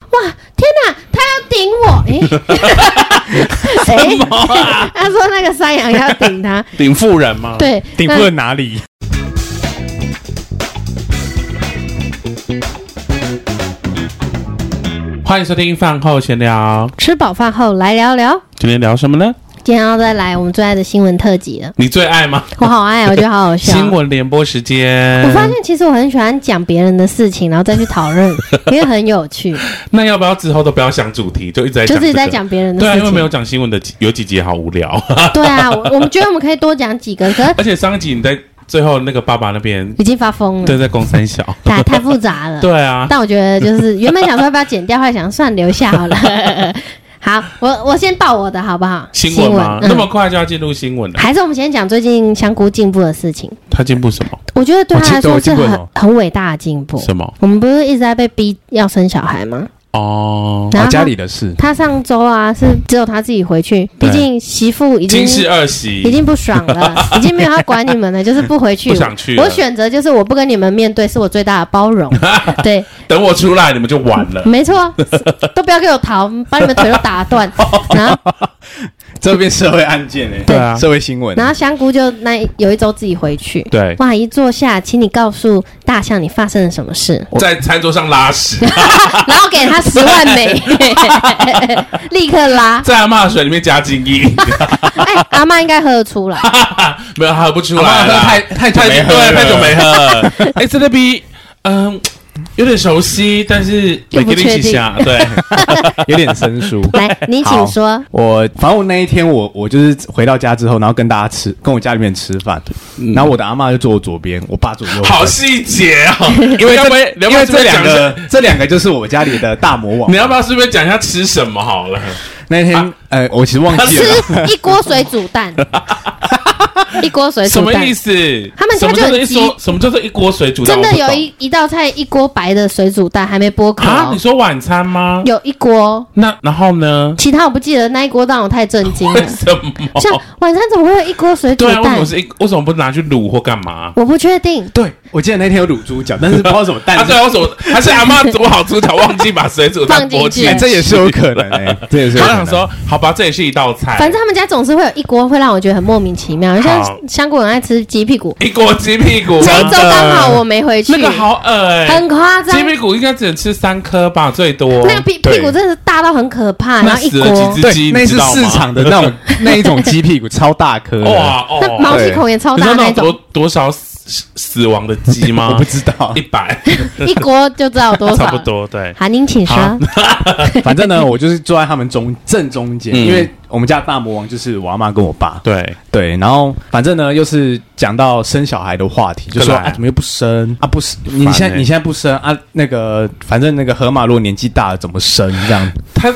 谁？他说那个山羊要顶他，顶富人吗？，哎 对，顶那不了哪里？欢迎收听饭后闲聊，吃饱饭后来聊聊。今天聊什么呢？今天要再来我们最爱的新闻特辑 了，你最爱吗？我好爱，我觉得好好笑。新闻联播时间。我发现其实我很喜欢讲别人的事情，然后再去讨 论，因为很有趣，那要不要之后都不要想主题，就一直在就哎讲、自己在。讲别人的对啊，事因为没情有。讲新闻的几有几集好无 聊，对啊，我我们觉得我们可以多讲几个， 可是而且上一集你在最后那个爸爸那边，已经发疯了，对，在公三小。太太复杂了。对啊，但我觉得就是原本想说要不要剪掉，后来想算留下好 了。好，我我先报我的好不好？新闻吗？嗯那么快就要进入新闻了？还是我们先讲最近香菇进步的事情。他进步什么？我觉得对哦他来进说步是进步很了很伟大的进步。什么？我们不是一直在被逼要生小孩吗？哦，然哦后，家他里的事，他上周啊是只有他自己回去，对毕竟媳妇已经今世二已喜，经不爽 了，已经没有要管你们了，就是不回去。不想去了我选择就是我不跟你们面对，是我最大的包 容。对，等我出来你们就完 了。没错，都不要给我逃，把你们腿都打 断。然后这边社会案件哎，对啊社会新闻，然后香菇就那有一周自己回去。对，哇！一坐下，请你告诉大象你发生了什么 事，啊在餐桌上拉屎， 然后给他十万美， 立刻拉。在阿嬷的水里面加精液， 哎、阿妈应该喝得出来，没有喝不出来了，太太久太没喝了对，太久没 喝了。哎，这个比嗯有点熟悉，但是又不没跟你一确起定下，对，有点生疏。来，你请说。 我反正我那一天我我就是回到家之后，然后跟大家吃，跟我家里面吃饭，然后我的阿妈就坐我左边，我爸坐 我右边。好细节哦。因为要不要这要不因要顺为这便两讲一下个这两个就是我家里的大魔王你。要不要顺便讲一下吃什么好了？那天啊呃，我其实忘记吃了，一锅水煮 蛋，一锅水什煮么蛋意，思？他们什家么就叫做有一鸡锅？什么叫做一锅水煮蛋？真的我不懂有一一道菜一锅白的水煮蛋还没剥壳啊？哦、你说晚餐吗？有一锅，那然后呢？其他我不记得那一锅让我太震惊了为。什么？嗯像晚餐怎么会有一锅水煮对啊，为什蛋么？是一？为什么不拿去卤或干嘛？我不确定，对我记得那天有卤猪脚，但是不知道什么啊，蛋。对啊，为什么？还是阿妈煮好猪脚，忘记把水煮蛋放进剥去起哎来？这也是有可 能哎，这也是有我可想。能说，好吧，这也是一道菜。反正他们家总是会有一锅会让我觉得很莫名其妙。哎好像香菇很爱吃鸡屁股，一锅鸡屁股，这一周刚好我没回去那，个好恶哎，很夸张鸡。屁股应该只能吃三颗吧，最多。那个屁对屁股真的是大到很可怕，然那后一死锅了几只对，鸡，那你是知道吗市场的 那种那一种鸡屁股，超大颗的。哇哦，那毛细孔也超你知大道那那种种，多多少死死亡的鸡 吗？我不知道一，百， 一锅就知道有多少。差不。多对。好，您请说。好反正呢，我就是坐在他们中正中间，嗯因为我们家大魔王就是我阿妈跟我爸。对，对，然后反正呢，又是讲到生小孩的话题，就说对哎，怎么又不生啊？不生，你烦欸现在你现在不生啊？那个，反正那个河马如果年纪大了怎么生这样？他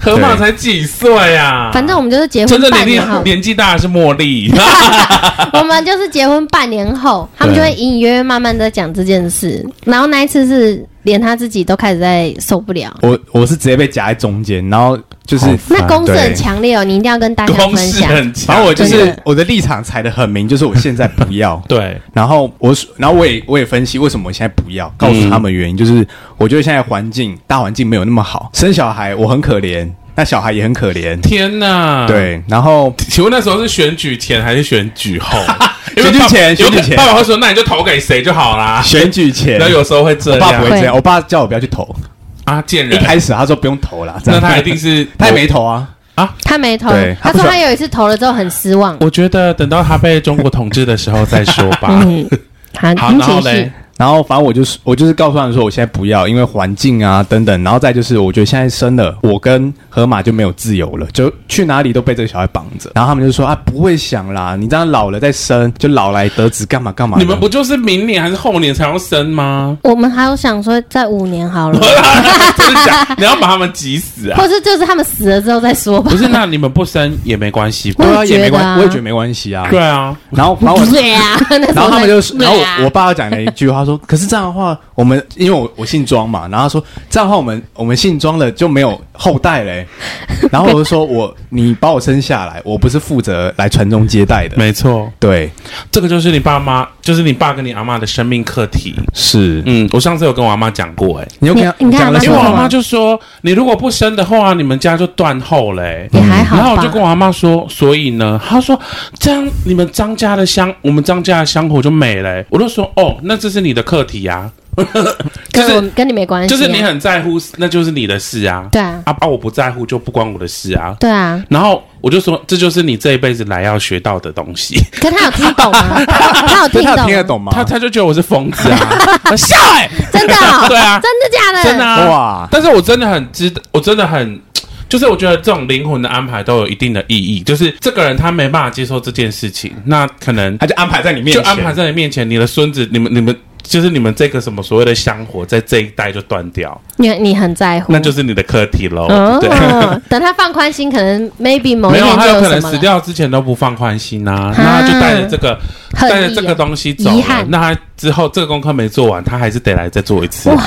河马对才几岁啊？反正我们就是结 真婚正半年年纪后，年纪大的是茉莉，啊我们就是结婚半年后，他们就会隐隐约约慢慢在讲这件事。然后那一次是连他自己都开始在受不了。我我是直接被夹在中间，然后就是好那公式很对强烈哦，你一定要跟大家啊 公分式享。很强。。反正我就真是的我的立场踩得很明，就是我现在不要对，然后我，然后我也我也分析为什么我现在不要，告诉他们原因、就是，我觉得现在环境大环境没有那么好，生小孩我很可怜，那小孩也很可怜，天哪！，对。然后请问那时候是选举前还是选举后？ 因为选举爸前有选举前爸爸会说：“那你就投给谁就好 啦。选举”前然，后有时候会这我爸不样会这样，会我爸叫我不要去投，啊，贱一人。开始他说不用投啦，这那样 他一定是他也没投啊，他没投对，他他不说想他有一次投了之后很失望。我觉得等到他被中国统治的时候再说 吧。嗯，好，好，您然后请续嘞。，然后反正我就是我就是告诉他们说我现在不要，因为环境啊等等，然后再就是我觉得现在生了，我跟河马就没有自由了，就去哪里都被这个小孩绑着。然后他们就说啊不会想啦，你这样老了再生，就老来得子干嘛干嘛的。你们不就是明年还是后年才要 生吗？我们还有想说，在五年好了， 真的假？你要把他们急死啊或！是就是他们死了之后再说吧不。是，那你们不生也没关系我？吧对也啊也没觉得啊关，我也觉得没关系啊。对啊，然后反正 我。对啊，那时然候后他们在就是，然后对啊我我爸讲了一句话说，可是这样的话，我们因为我我姓庄嘛，然后他说这样的话，我们我们姓庄的就没有后代嘞、然后我就说我你把我生下来，我不是负责来传宗接代的，没错，对，这个就是你爸妈，就是你爸跟你阿妈的生命课题。是，哦嗯，我上次有跟我阿妈讲过、欸，你又跟他你你看讲了他因为什我阿说什妈么么？就说，你如果不生的话，你们家就断后嘞、也还好吧。然后我就跟我阿妈说，所以呢，她说这样你们张家的香，我们张家的香火就没了欸、我就说哦，那这是你的课 题呀、就跟是我跟你没关系就啊，是你很在乎，那就是你的事啊。对啊，啊啊，我不在乎就不关我的事啊。对啊。然后我就说，这就是你这一辈子来要学到的东西。可他有听懂 吗？他有对听懂，他有啊听得，懂吗？他他就觉得我是疯子啊， 我笑哎、真的哦， 对啊真的假的？真的、啊、哇，但是我真的很知道，我真的很，就是我觉得这种灵魂的安排都有一定的意义，就是这个人他没办法接受这件事情，那可能他就安排在你面就前，安排在你面前，你的孙子，你们你们。就是你们这个什么所谓的香火，在这一代就断掉，你你很在乎，那就是你的课题喽。哦对，， 等他放宽心，可能 maybe 某一没有，哦天他就有可什能么死了，掉之前都不放宽心呐、那他就带着这个恨带着意这个啊东西走遗了憾。那他之后这个功课没做完，他还是得来再做一次。哇，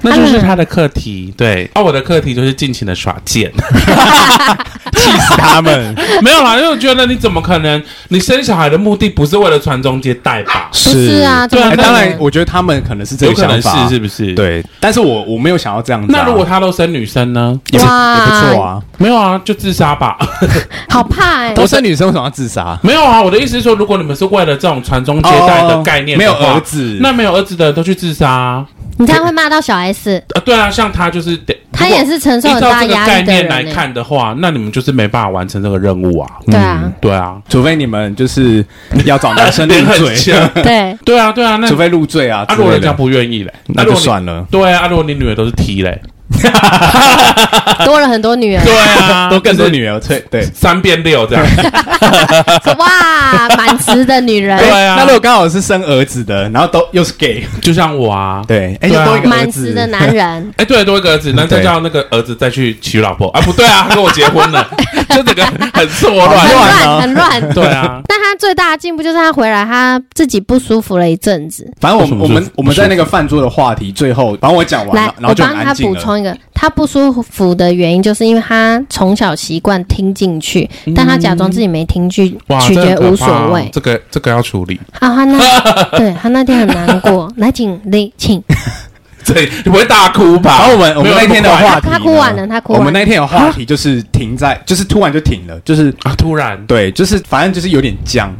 那就是他的课题。对，啊，我的课题就是尽情的耍 贱。气死他们，没有啦，因为我觉得你怎么可能？你生小孩的目的不是为了传宗接代吧？不是啊，怎对啊么哎可当能然，我觉得他们可能是这有个可能想法，是是不是？。对，但是我我没有想要这样子啊、那如果他都生女生呢？也不也哇不错啊，没有啊，就自杀吧。 好怕哎，都是女生为什么要自杀？没有啊，我的意思是说，如果你们是为了这种传宗接代的概念哦没有的话儿，子，哦那没有儿子的人都去自杀啊。你这样会骂到小 S，啊对啊，像他就是得，他也是承受如果很大依照这个压概力的念来人欸，看的话，那你们就是没办法完成这个任务啊。对啊嗯，对啊，除非你们就是要找男 生入很赘，像对，对啊，对啊，那除非入赘啊啊，之如果类人家的，不愿意嘞，那啊如就果你算了。对啊，啊如果你女儿都是 T 嘞，多了很多女人， 对啊，都更多就是女儿对对三变六这样，哇，满池的女人，啊对啊那如果刚好是生儿子的，然后都又是 gay， 就像我啊，对，哎，就对啊多一个儿满池子的男人，哎，对，多一个儿子，那再对叫那个儿子再去娶老婆啊，不对啊，他跟我结婚了，就整个很错很 很乱，乱乱，啊很乱。 对啊，但他最大的进步就是他回来，他自己不舒服了一阵子。反正我为什们么我是们我们在不舒服那个饭桌的话题最后，反正我讲完来了，，然我后就帮很他安静补了。充一个，他不舒服的原因就是因为他从小习惯听进去，但他假装自己没听去，嗯哇，取这决很可无怕所哦谓。这个这个要处理，啊，他那 对他那天很难过，来请你 请，对，你不会大哭吧？然后我们我们那天的话他题呢，他哭完了，他哭我们完了，那天的话题就是停在，就是突然就停了，就是啊，突然，对，就是反正就是有点僵，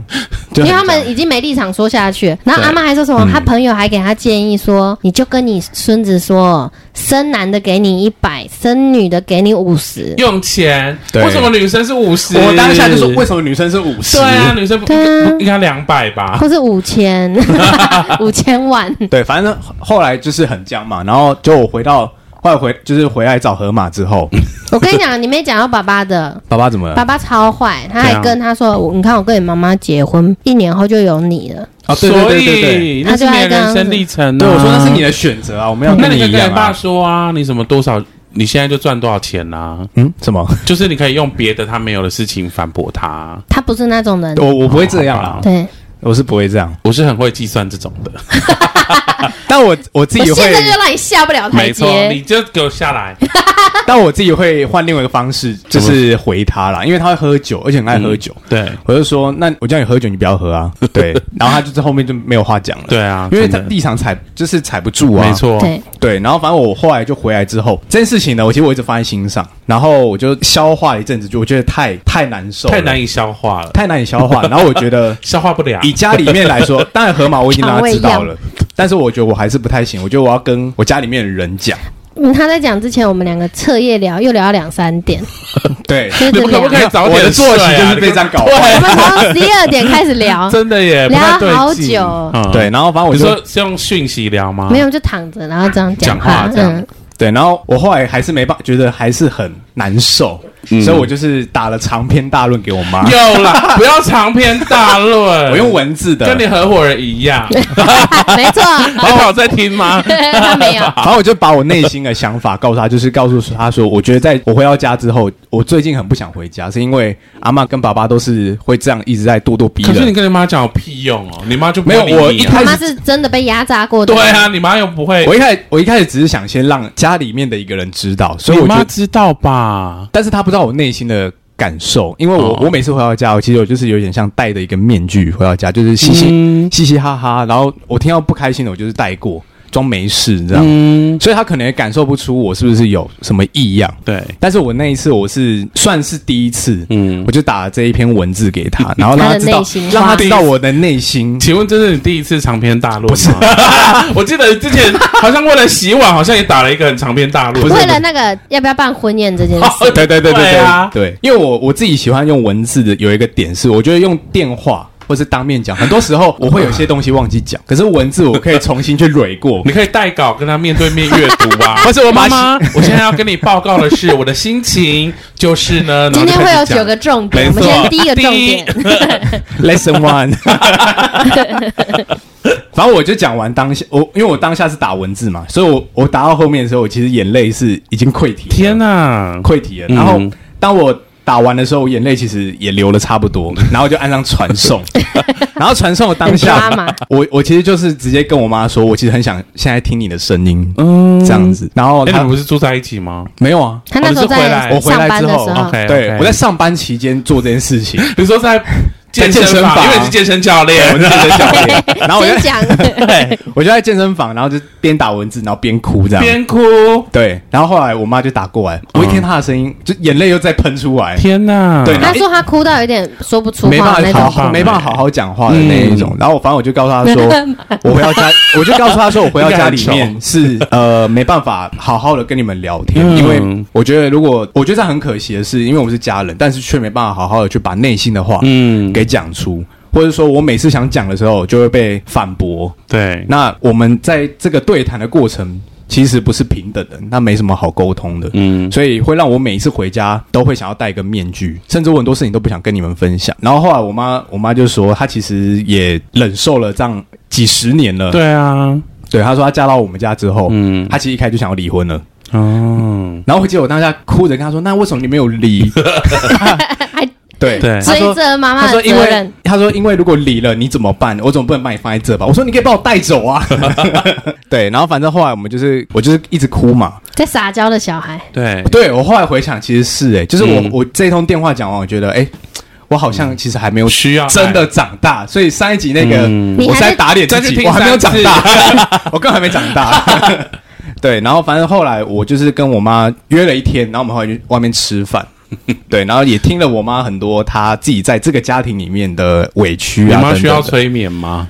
因因为他们已经没立场说下去了。然后阿妈还说什么，嗯他朋友还给他建议说，你就跟你孙子说，生男的给你一百，生女的给你五十。用钱，对为什么女生是五十？我当下就说，为什么女生是五十对？啊，女生不对啊应该两百吧？或是五 千，五千万，对，反正后来就是很僵嘛，然后就我回到后来回就是回来找河马之后，嗯我跟你讲，你没讲到爸爸的，爸爸啊怎么爸了？爸超坏，他还怎样跟他说：“我你看，我跟你妈妈结婚一年后就有你了。啊，对对对对对，所以那是他就你爱的这样人子生历程、啊。对我说那是你的选择啊，我们要那跟你可以一跟样你爸啊。说啊，你什么多少，你现在就赚多少钱啊？嗯，什么？ 就是你可以用别的他没有的事情反驳他。”啊他不是那种人，我我不会这样啊，对我是不会这样，我是很会计算这种 的，但我我自我己现会在，就让你下不了台没错，你阶。就给我下来。但我自己会换另外一个方式，就是回他啦，因为他会喝酒，而且很爱喝酒。对，我就说，那我叫你喝酒，你不要 喝啊。对，然后他就是后面就没有话讲了。对啊因为他真的立场踩就是踩不住啊。没，错，对，对。然后反正我后来就回来之后，这件事情呢，我其实我一直放在心上，然后我就消化了一阵子，就我觉得太太难受了，太难以消化了，。太难以消化。然后我觉得 消化不了。以家里面来说， 当然河马我已经让他知道肠胃了，但是我觉得我还是不太行，我觉得我要跟我家里面的人讲， 嗯，他在讲之前，我们两个彻夜聊，又聊到两三点，对，就是 你这们可不样。可以早点我的作息睡啊就是被这样搞坏 我们从十一二点开始 聊，真的耶，不哦聊太对好劲久哦嗯对，，然后反正我你就说是用讯息聊啊吗？没有就躺着，然后这样讲话话，这样嗯，对，然后我后来还是没办，觉得还是很难受，所以我就是打了长篇大论给我妈，啊有 啦，不要长篇大论，我用文字的，跟你合伙人一样。嗯 没错，他有在听吗？他没有。然后我就把我内心的想法告诉他，就是告诉他说，我觉得在我回到家之后，我最近很不想回家，是因为阿妈跟爸爸都是会这样一直在咄咄逼可是你人。跟你妈讲有屁用哦，你妈就不没有理你啊我一开我始妈是真的被压榨过的，对啊，你妈又不会，我一开始我一开始只是想先让家里面的一个人知道，所以你我就妈知道吧？但是他不知道我内心的感受，因为我、哦我每次回到家，我其实我就是有点像戴着一个面具回到家，就是嘻嘻、嗯嘻嘻哈哈，然后我听到不开心的，我就是带过，装没事这样，嗯，所以他可能也感受不出我是不是有什么异样。对，但是我那一次我是算是第一次，嗯我。就打了这一篇文字给他，然后让他的知道内心，让话他知道我的内心。请问这是你第一次长篇大论吗？ 我记得之前好像为了洗碗，好像也打了一个很长篇大论。不是为了那个要不要办婚宴这 件事，哦对对对对 对啊对，因为我我自己喜欢用文字的，有一个点是，我觉得用电话或是当面讲，很多时候我会有些东西忘记讲，可是文字我可以重新去蕊 过你。可以带稿跟他面对面阅读 啊。 或是我把妈妈，我现在要跟你报告的是我的心情，就是 呢，然后今就天会有开始讲九个重点，没我错们先第一个重点， Lesson One，反正我就讲完当下，我因为我当下是打文字嘛，所以我我打到后面的时候，我其实眼泪是已经溃堤了，天哪！溃堤了。嗯然后当我打完的时候，我眼泪其实也流了差不多，然后就按上传 送，然后传送的当很抓下嘛，我我其实就是直接跟我妈说，我其实很想现在听你的声音，嗯这样子。然后哎，你她、们不是住在一起吗？没有啊， 他那时候我是回来在我回上来班之的后时候， ，OK，对哎 OK 我在上班期间做这件事情，比如说在健在健身身房，房因为你是健身教我练是，健身教练， 然后我就先讲，对，我就在健身房，然后就边打文字，然后边哭这样。边嗯哭，对，然后后来我妈就打过来，我一听她的声音，就眼泪又再喷出来，天哪！对他说他哭到有点说不出没话办那法好种，好没办法好好讲话的那一嗯种。然后我反正我就告诉 她说，我回到家，我就告诉她说，我回到家里面是呃没办法好好的跟你们聊天，嗯因为我觉得如果我觉得这样很可惜的是，因为我们是家人，但是却没办法好好的去把内心的话嗯，给讲出。或者说我每次想讲的时候，就会被反驳。对，那我们在这个对谈的过程，其实不是平等的，那没什么好沟通的。嗯，所以会让我每一次回家都会想要戴一个面具，甚至我很多事情都不想跟你们分享。然后后来我妈，我妈就说她其实也忍受了这样几十年了。对啊，对，她说她嫁到我们家之后，嗯，她其实一开始就想要离婚了。哦，然后我记得我当下哭着跟她说：“那为什么你没有 离？”对对她追说。着妈她妈说的：“因责为任，她说因为如果离了你怎么办？我总不能把你放在这吧？”我说：“你可以把我带走啊。” 对，然后反正后来我们就是我就是一直哭嘛，在撒娇的小孩，对，对我后来回想，其实是哎、就是我、嗯我这一通电话讲完，我觉得哎、我好像其实还没有需要真的长大，所以上一集那个、嗯你我还是在是打脸自再去己，听我还没有三长次大， 我更还没长 大。对，然后反正后来我就是跟我妈约了一天，然后我们后来去外面吃饭。对，然后也听了我妈很多她自己在这个家庭里面的委屈你啊妈需要等等的催眠吗？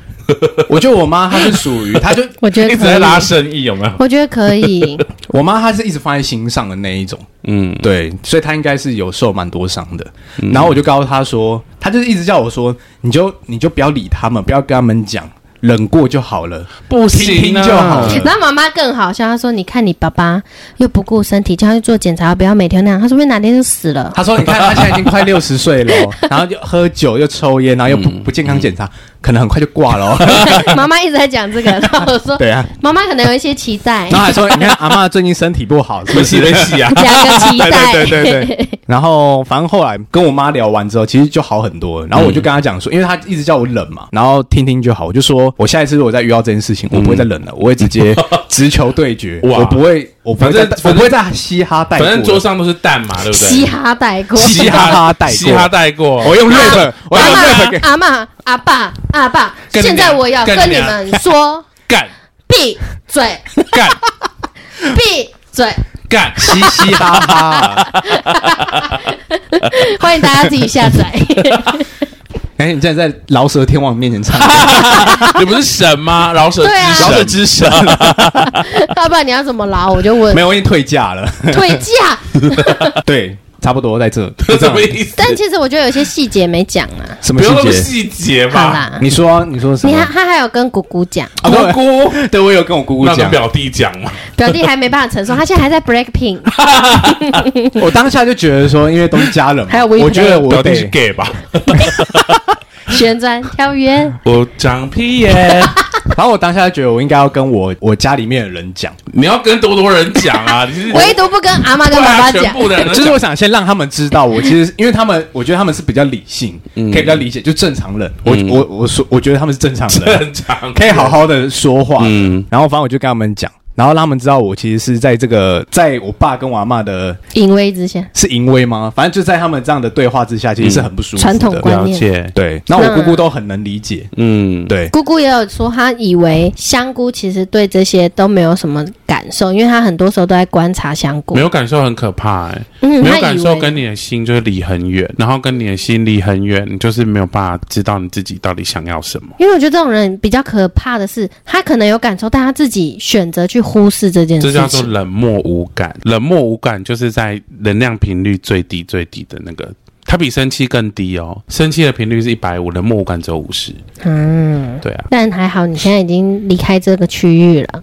我觉得我妈她是属于，她就 我觉得一直可在以，拉生意，有没有？我觉得可以，我妈她是一直放在心上的那一种。嗯，对，所以他应该是有受蛮多伤的。然后我就告诉他说，他就是一直叫我说，你就你就不要理他们，不要跟他们讲，忍过就好了。不听行听啊就好了然后妈妈更好笑，她说：“你看你爸爸又不顾身体，叫他去做检查，不要每天那样，他说不定哪天就死 了。他说，你看他现在已经快六十岁了 哦，然后就喝酒又抽烟，然后又嗯不不健康检查，可能很快就挂了 哦。”妈妈一直在讲这个，然后我说对啊，：“妈妈可能有一些期待，！然后还说，你看阿嬷最近身体不好，是不没戏是？没戏啊加个 期 对待。对对对对。然后反正后来跟我妈聊完之后，其实就好很多了。然后我就跟她讲说，因为她一直叫我忍嘛，然后听听就好。我就说我下一次如果再遇到这件事情，我不会再忍了，我会直 接直球对决，嗯哇我不会，我不会再反正我不会再嘻哈反带过了，正桌上都是蛋嘛，对不嘻对？哈带 过，嘻哈哈带 过嘻哈带过，我用 rap，我阿用 rap 给嬷、阿嬷、阿爸、阿爸，更现在娘我要更跟你娘们说，干闭嘴，干闭嘴！ 干！嘻嘻哈 哈。欢迎大家自己下载。 哎，你现在在饶舌天王面前 唱歌，你不是神吗？饶舌之对啊神，饶舌之 神，要不然你要怎么捞？我就问没，有，我已经退价了。退价。 对。差不多 在这，这就这什样么。意思？但其实我觉得有些细节没讲啊。什么不细要那么节？细节 好吧。啦，你说啊、你说什你么还？他还有跟姑姑讲，啊姑姑，对我有跟我姑姑那跟讲，表弟讲嘛，表弟还没办法承受，他现在还在 Blackpink，我当下就觉得说，因为都是家人嘛，还有微我觉得我表弟是得 gay 吧？旋转跳 跃，我长屁 耶！然后我当下就觉得我应该要跟我我家里面的人讲，你要跟多多人讲啊，你是唯独不跟阿妈跟对爸啊，爸全讲。部的人都就是讲我想先让他们知道，我其实因为他们，我觉得他们是比较理性，可以比较理解，就正常人。我嗯我我说，我觉得他们是正常人， 正常，可以好好的说话。嗯然后反正我就跟他们讲，然后让他们知道我其实是在这个，在我爸跟我阿妈的淫威之下，是淫威吗？反正就在他们这样的对话之下，其实是很不舒服的。传统观了解。对，那我姑姑都很能理解。嗯，对，姑姑也有说，她以为香菇其实对这些都没有什么感受，因为她很多时候都在观察香菇没。有感受很可怕哎， 嗯，没有她以感受为跟你的心就是离很远，然后跟你的心离很远，你就是没有办法知道你自己到底想要什么，因为我觉得这种人比较可怕的是，他可能有感受，但他自己选择去忽视这件这叫事做情。冷漠无感。冷漠无感就是在能量频率最低最低的那个。它比生气更低哦，生气的频率是一百五，冷漠无感只有五十。嗯，对啊，但还好你现在已经离开这个区域了。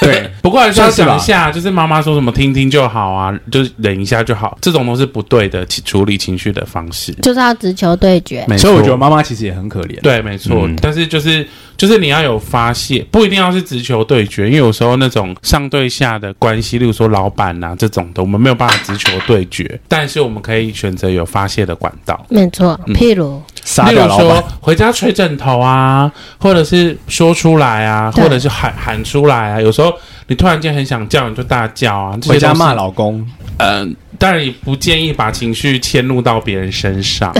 对，不过还是要算是吧想一下，就是妈妈说什么听听就好啊，就是忍一下就好，这种都是不对的其处理情绪的方式。就是要直球对决。没错所以我觉得妈妈其实也很可怜。对，没错。嗯但是就是就是你要有发泄，不一定要是直球对决，因为有时候那种上对下的关系，例如说老板呐、这种的，我们没有办法直球对决，但是我们可以选择有发泄的管道。没错，嗯譬如杀例如掉老说板，回家捶枕头啊，或者是说出来啊，对或者是喊喊出来啊。有时候你突然间很想叫，你就大叫啊。这些回家都是骂老公，嗯，当然也不建议把情绪迁怒到别人身上。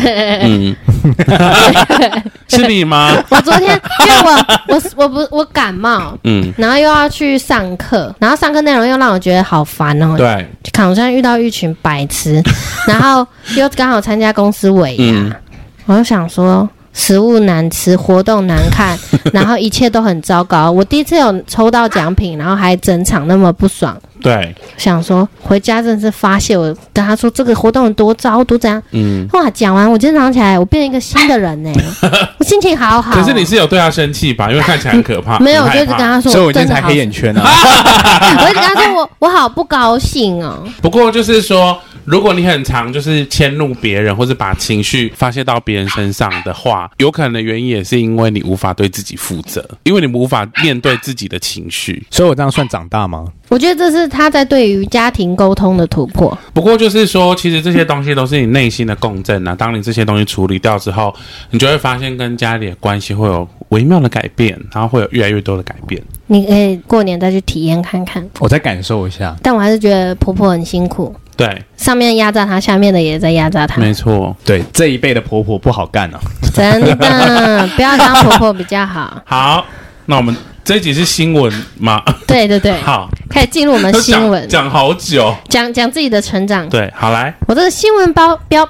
嗯， 是你吗？我昨天，因为我我我不我感 冒，嗯，然后又要去上课，然后上课内容又让我觉得好烦哦，对，就好像遇到一群白 痴，然后又刚好参加公司尾牙，嗯我就想说。食物难吃，活动难看， 然后一切都很糟糕。我第一次有抽到奖 品，然后还整场那么不爽，对，想说回家真的是发泄。我跟他说这个活动有多糟，多怎样，嗯。哇，讲完我今天早上起来，我变成一个新的人 呢、我心情好好哦、可是你是有对他生气吧？因为看起来很可 怕。没有，我啊就很害一直怕跟他说，所以我今真的天才好，黑眼圈啊。 我一直跟他说我我好不高兴哦。不过就是说，如果你很常就是迁怒别人，或是把情绪发泄到别人身上的 话，有可能的原因也是因为你无法对自己负责，因为你无法面对自己的情绪。所以我这样算长大吗？我觉得这是他在对于家庭沟通的突破。不过就是说，其实这些东西都是你内心的共振啊。当你这些东西处理掉之后，你就会发现跟家里的关系会有微妙的改变，然后会有越来越多的改变。你可以过年再去体验看看，我再感受一下。但我还是觉得婆婆很辛苦，对，上面压榨她，下面的也在压榨她，没错。对，这一辈的婆婆不好干啊。真的 不要当婆婆比较好。好，那我们这一集是新闻嘛？对对对，好，开始进入我们啊新闻，讲讲好久。讲讲自己的成长。对，好来，我这个新闻包标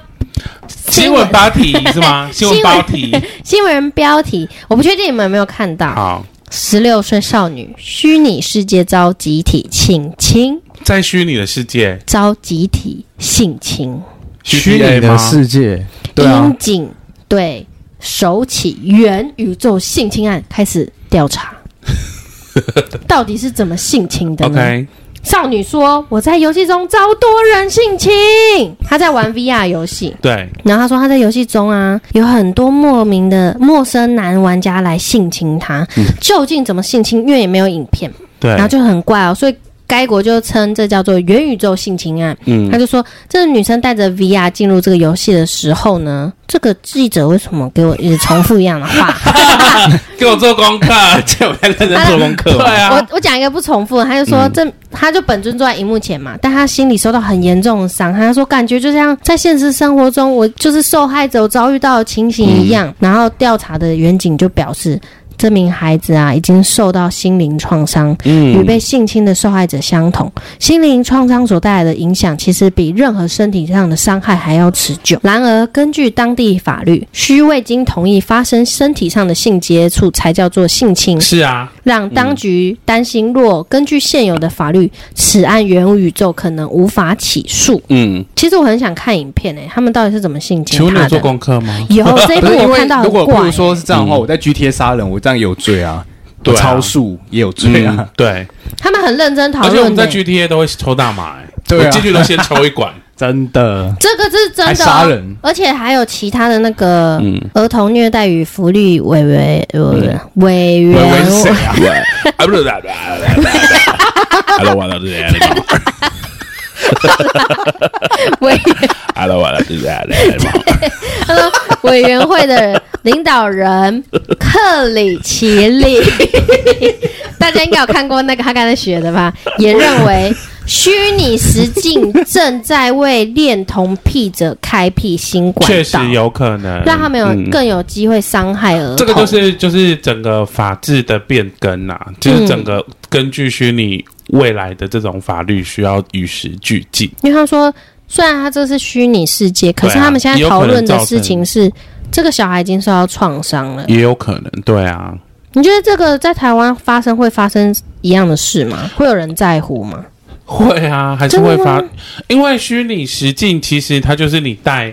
新闻八题 是吗？新闻八题。新闻标题，我不确定你们有没有看到。好，十六岁少女虚拟世界遭集体性侵，在虚拟的世界，遭集体性侵，虚 GTA 拟吗的世界，对啊樱，井对首起元宇宙性侵案开始调 查，到底是怎么性侵的呢 OK，少女说：“我在游戏中遭多人性侵，她在玩 VR 游戏。”对，然后她说她在游戏中啊，有很多莫名的陌生男玩家来性侵她，嗯究竟怎么性侵？因为也没有影片，对然，后就很怪哦，所以该国就称这叫做元宇宙性侵案。嗯他，就说，这个女生带着 VR 进入这个游戏的时候呢，这个记者为什么给我一直重复一样的话？给我做功课，这我在认真做功 课对嘛。啊嗯我，我讲一个不重复的，他就说，这他就本尊坐在荧幕前嘛，但他心里受到很严重的伤害。他说，感觉就像在现实生活嗯中，我就是受害者我遭遇到的情形一样。然后调查的远景就表示。这名孩子啊已经受到心灵创伤，嗯与被性侵的受害者相同。心灵创伤所带来的影响，其实比任何身体上的伤害还要持久。然而，根据当地法律，需未经同意发生身体上的性接触才叫做性侵。是啊，让当局担心，若根据现有的法律，此案元宇宙可能无法起诉。嗯，其实我很想看影片诶、他们到底是怎么性请侵问你有他做的？功课吗？有这一不部是因我为看到如很果怪、譬如欸，说是这样的话，我在 GTA 杀人，我这样也有罪嗯啊，对啊超速也有罪啊。嗯，对，他们很认真讨而且我论、们欸。在 GTA 都会抽大麻、欸，对啊我进去都先抽一 管，真的，这个是真还的杀哦、人而且还有其他的那个嗯儿童虐待与福利委委委委我以为员是谁啊？对，啊不是的，阿拉完了这些， 委员阿拉完了这些， 他说委员会的领导 人克里奇里， 大家应该有看过那个他刚才学的吧？也认为虚拟实境正在为恋童癖者开辟新管道，确实有可能让他们有嗯更有机会伤害儿童。这个就是就是整个法制的变更呐、就是整个嗯根据虚拟未来的这种法律需要与时俱进。因为他说，虽然他这是虚拟世界，可是对啊他们现在也有可讨能论的造成事情是。这个小孩已经受到创伤了，也有可能，对啊，你觉得这个在台湾发生会发生一样的事吗？会有人在乎吗？会啊，还是真的会发吗，因为虚拟实境其实它就是你带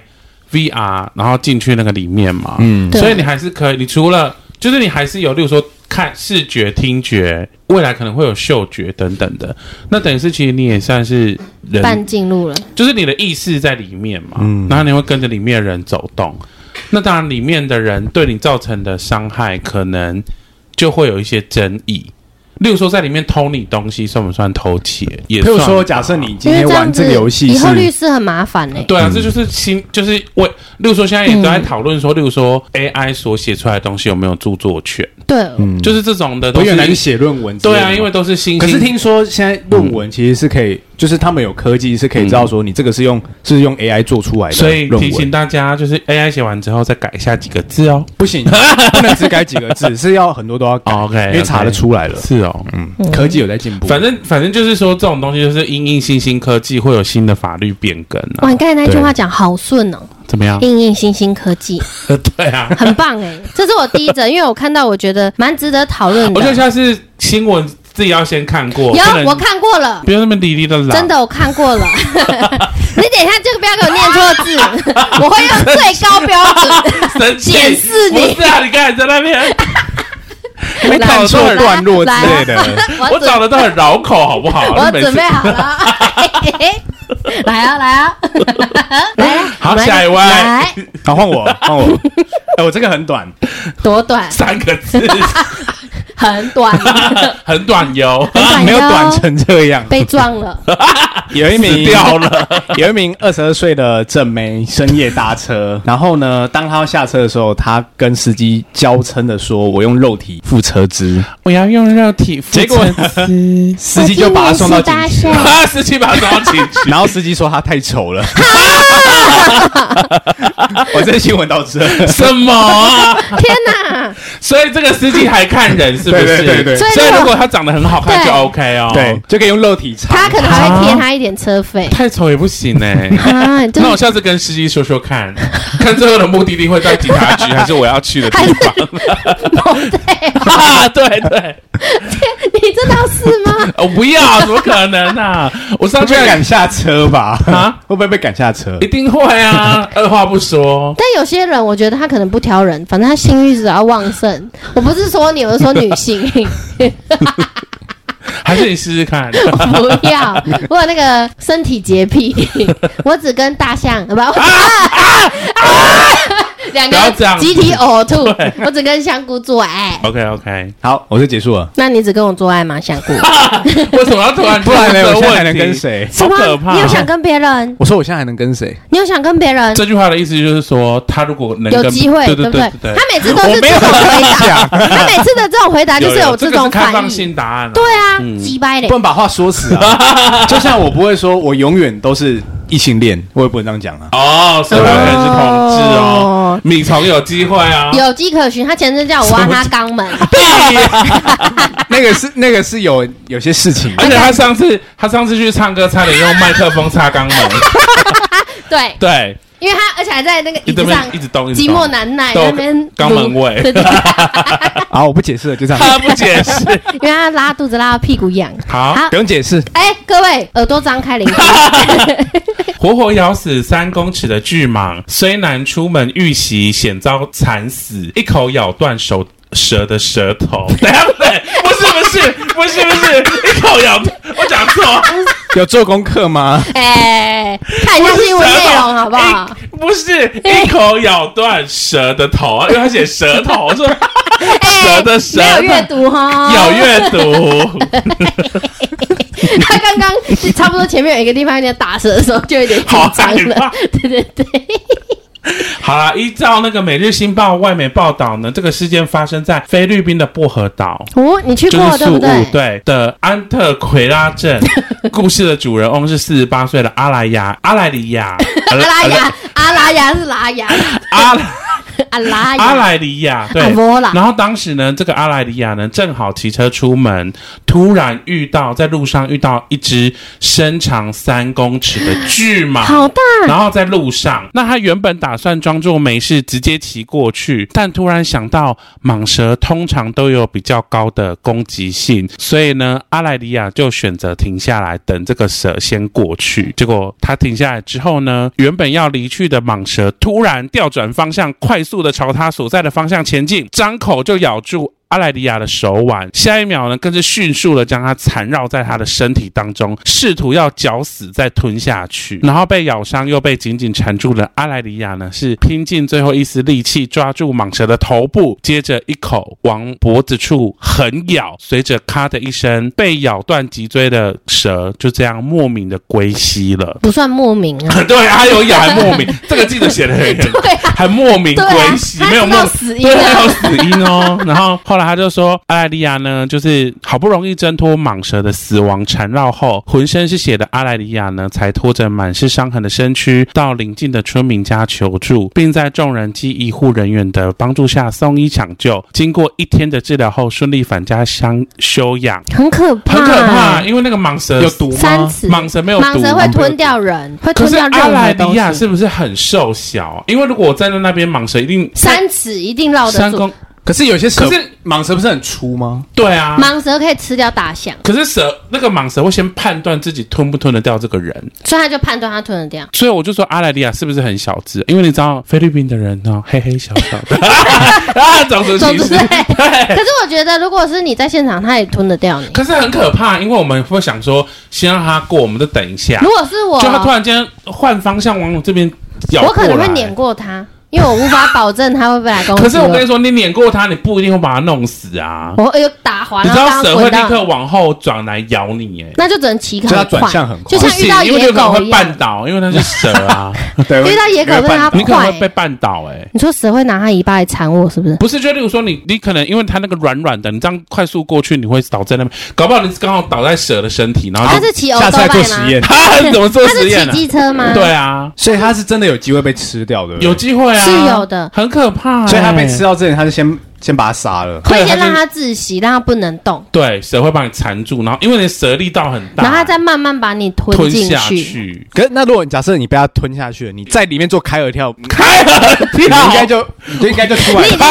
VR，然后进去那个里面嘛，嗯，对所以你还是可以，你除了就是你还是有，例如说看视觉、听觉，未来可能会有嗅觉等等的，那等于是其实你也算是人半进入了，就是你的意识在里面嘛，嗯然后你会跟着里面的人走动，那当然里面的人对你造成的伤害，可能就会有一些争议。例如说，在里面偷你东西算不算偷窃？也譬算如吧。说，假设你嗯今因为天这玩样这子个游戏以后律是，师很麻烦欸呢、对啊，这就是新，就是为，例如说，现在也都在讨论说，例如说 AI 所写出来的东西有没有著作权，对，嗯，就是这种的我都原来是是。写论文之类对的嘛，啊，因为都嗯是新兴。可是听说现在论文其实是可以，就是他们有科技是可以知道说你这个是用是用 AI 做出来的嗯所以论提醒文，大家，就是 AI 写完之后再改一下几个字哦。不行，不能只改几个 字，是要很多都要改，哎 OK，因为查得出来了。是哦，嗯，科技有在进步，反正反正就是说，这种东西就是因应新兴科技会有新的法律变更哇，啊，你刚才那句话讲好顺哦，怎么样？应应新兴科 技，对啊，很棒哎、这是我第一则，因为我看到我觉得蛮值得讨论 我的觉。得下次新闻自己要先看过，有不能，我看过了，不要那么滴滴的啦，真的我看过了。 你等一下，这个不要给我念错 字，我会用最高标准。 生气检视你不是啊，你刚才在那边，因为看错段落之类的， 我我找准的都很绕口，好不好？我每准备次好了， 来啊来啊来啊！好我们下一位来好换我 换我，哎，我这个很短，多短，三个 字，很 短，很短哟，很短哟没有短成这样。被撞了。有一死名掉了，有一名二十二岁的正妹深夜搭车，然后呢，当她要下车的时候，她跟司机娇嗔的说：“我用肉体付车资。我要用肉体付结果 司机就把她送到警局，我今年是大啊，十七把抓起，然后司机说她太丑 了。我这新闻到这，什么啊？天哪！所以这个司机还看人是不是？对对对对所以如果所以如果他长得很好看就对 OK 哦。对，，就可以用肉体查。他可能还会贴他一点车费太丑也不行哎、啊，就 那我是下次跟司机说说看， 看最后的目的地会在警察 局还是我要去的地方？ 对，啊，对对，你真的是 吗？我哦不要，怎么可能 啊？我上会去被赶下车吧？啊啊， 会不会被赶下车一？定会啊， 二话不说。但有些人，我觉得他可能不挑人，反正他性欲只要旺盛。我不是说你，我是说女性，还是你试试 看，不要。我有那个身体洁癖， 我只跟大象，不，啊两啊不要这样个集体呕吐，我只跟香菇做爱。 OK OK，好，我就结束了。那你只跟我做爱吗，香 菇？为什么要突然不然呢？问这个我现在还问能题？跟谁？什好可么？怕你有想跟别人？我说我现在还能跟谁？你有想跟别人？这句话的意思就是说，他如果能有跟机会，对不对对对？对他，每次都是没这有种回答，讲他每次的这种回答就是有这个种是开反放应。性答案啊，哎对啊，鸡掰嘞 不！能把话说死啊！就像我不会说，我永远都是异性恋，我也不能这样讲啊。哦，所以我可能是同志哦，米虫有机会啊，有迹可循。他前阵叫我挖他肛门，那个是那个是有有些事情，而且他上次他上次去唱歌，差点用麦克风擦肛门，对， 对，因为他而且还在那个椅一直子被上一直动，一直寂寞动。难耐都那边肛门位对对对好，我不解释了，就这样， 他不解释，因为他拉肚子拉到屁股痒。 好好不用解释。哎、各位耳朵张 开聆听。活活咬死三公尺的巨蟒，虽然出门遇袭，险遭惨死，一口咬断手蛇的舌头。 等一下，不对，不是不是不是不是，一口咬，我讲错，有做功课吗？哎、看一不下是新闻舌头内容好不好？一不是一口咬断蛇的头，啊因为他写舌头， 说哎蛇的舌没有阅读哈，有阅 读。他刚刚是差不多前面有一个地方有点打折的时候，就有点紧好张害怕了。 对对对，好啦，依照那个《每日新报》外媒报道呢，这个事件发生在菲律宾的薄荷岛。哦，你去就过是对宿不务对？对的安特奎拉 镇，故事的主人翁是四十八岁的阿莱亚阿莱里亚 阿阿拉雅，阿拉雅是拉雅，阿阿拉阿雅，莱里亚对阿，波啦。然后当时呢，这个阿莱里亚呢正好骑车出门，突然遇到在路上遇到一只身长三公尺的巨蟒，好大，然后在路上，那他原本打算装作没事，直接骑过去，但突然想到蟒蛇通常都有比较高的攻击性，所以呢，阿莱里亚就选择停下来等这个蛇先过去。结果他停下来之后呢，原本要离去的蟒蛇突然调转方向，快速的朝他所在的方向前进，张口就咬住。阿莱里亚的手腕，下一秒呢，更是迅速的将它缠绕在他的身体当中，试图要绞死再吞下去。然后被咬伤又被紧紧缠住的阿莱里亚呢，是拼尽最后一丝力气抓住蟒蛇的头部，接着一口往脖子处狠咬，随着咔的一声，被咬断脊椎的蛇就这样莫名的归西了。不算莫名啊。对，阿有咬还莫名，这个记者写的很很 对啊，还莫名对归啊，西，他没有知 莫道死因对，啊还有。死因 哦。然后后来他就说，阿莱利亚呢，就是好不容易挣脱蟒蛇的死亡缠绕后，浑身是血的阿莱利亚呢，才拖着满是伤痕的身躯到邻近的村民家求助，并在众人及医护人员的帮助下送医抢救。经过一天的治疗后，顺利返家乡休养。很可怕，很可怕，因为那个蟒蛇有毒三吗？次蟒蛇没有毒，蟒蛇会吞掉人，会可吞是掉阿任莱何利亚东是西。不是很瘦小？啊因为如果我站在那边，蟒蛇一定三尺一定绕得三住，公可是有些蛇，可是蟒蛇不是很粗吗？对啊，蟒蛇可以吃掉大象，可是蛇那个蟒蛇会先判断自己吞不吞得掉这个人，所以他就判断他吞得掉。所以我就说阿莱利亚是不是很小只？因为你知道菲律宾的人哦，黑黑小小 的，啊，种族总歧之视。 对，可是我觉得如果是你在现场，他也吞得掉你。可是很可怕，因为我们会想说，先让它过，我们就等一下如。果是我，就它突然间换方向往我这边咬我过可能会来碾过他，因为我无法保证他会不会来攻击可是我跟你说，你碾过它，你不一定会把它弄死啊。我有打滑，你然知后道刚蛇刚会滚立到，刻往后转来咬你，哎，那就只能骑所以它很转向很就快不像遇行到，因为你野有可能狗会一绊样。倒，因为它是蛇 啊，对遇到野狗真的它你可能会快被绊倒，哎。你说蛇会拿它尾巴来缠我，是不是？不是，就例如说你，你可能因为它那个软软的，你这样快速过去，你会倒在那边，搞不好你刚好倒在蛇的身体，然后它就是骑欧下洲次来拜做实 吗？验，它怎么做它实是验骑呢、机车吗？对啊，所以它是真的有机会被吃掉的，有，机会啊，是有的很可怕欸、所以它被吃到之前，它就先先把它杀了。会对它先就让它窒息，让它不能动，对，蛇会把你缠住，然后因为你的蛇力道很大，然后它再慢慢把你吞进下去。去，可是那如果你假设你被它吞下去了，你在里面做开合跳，你开了应跳，该就你就应该就出来你了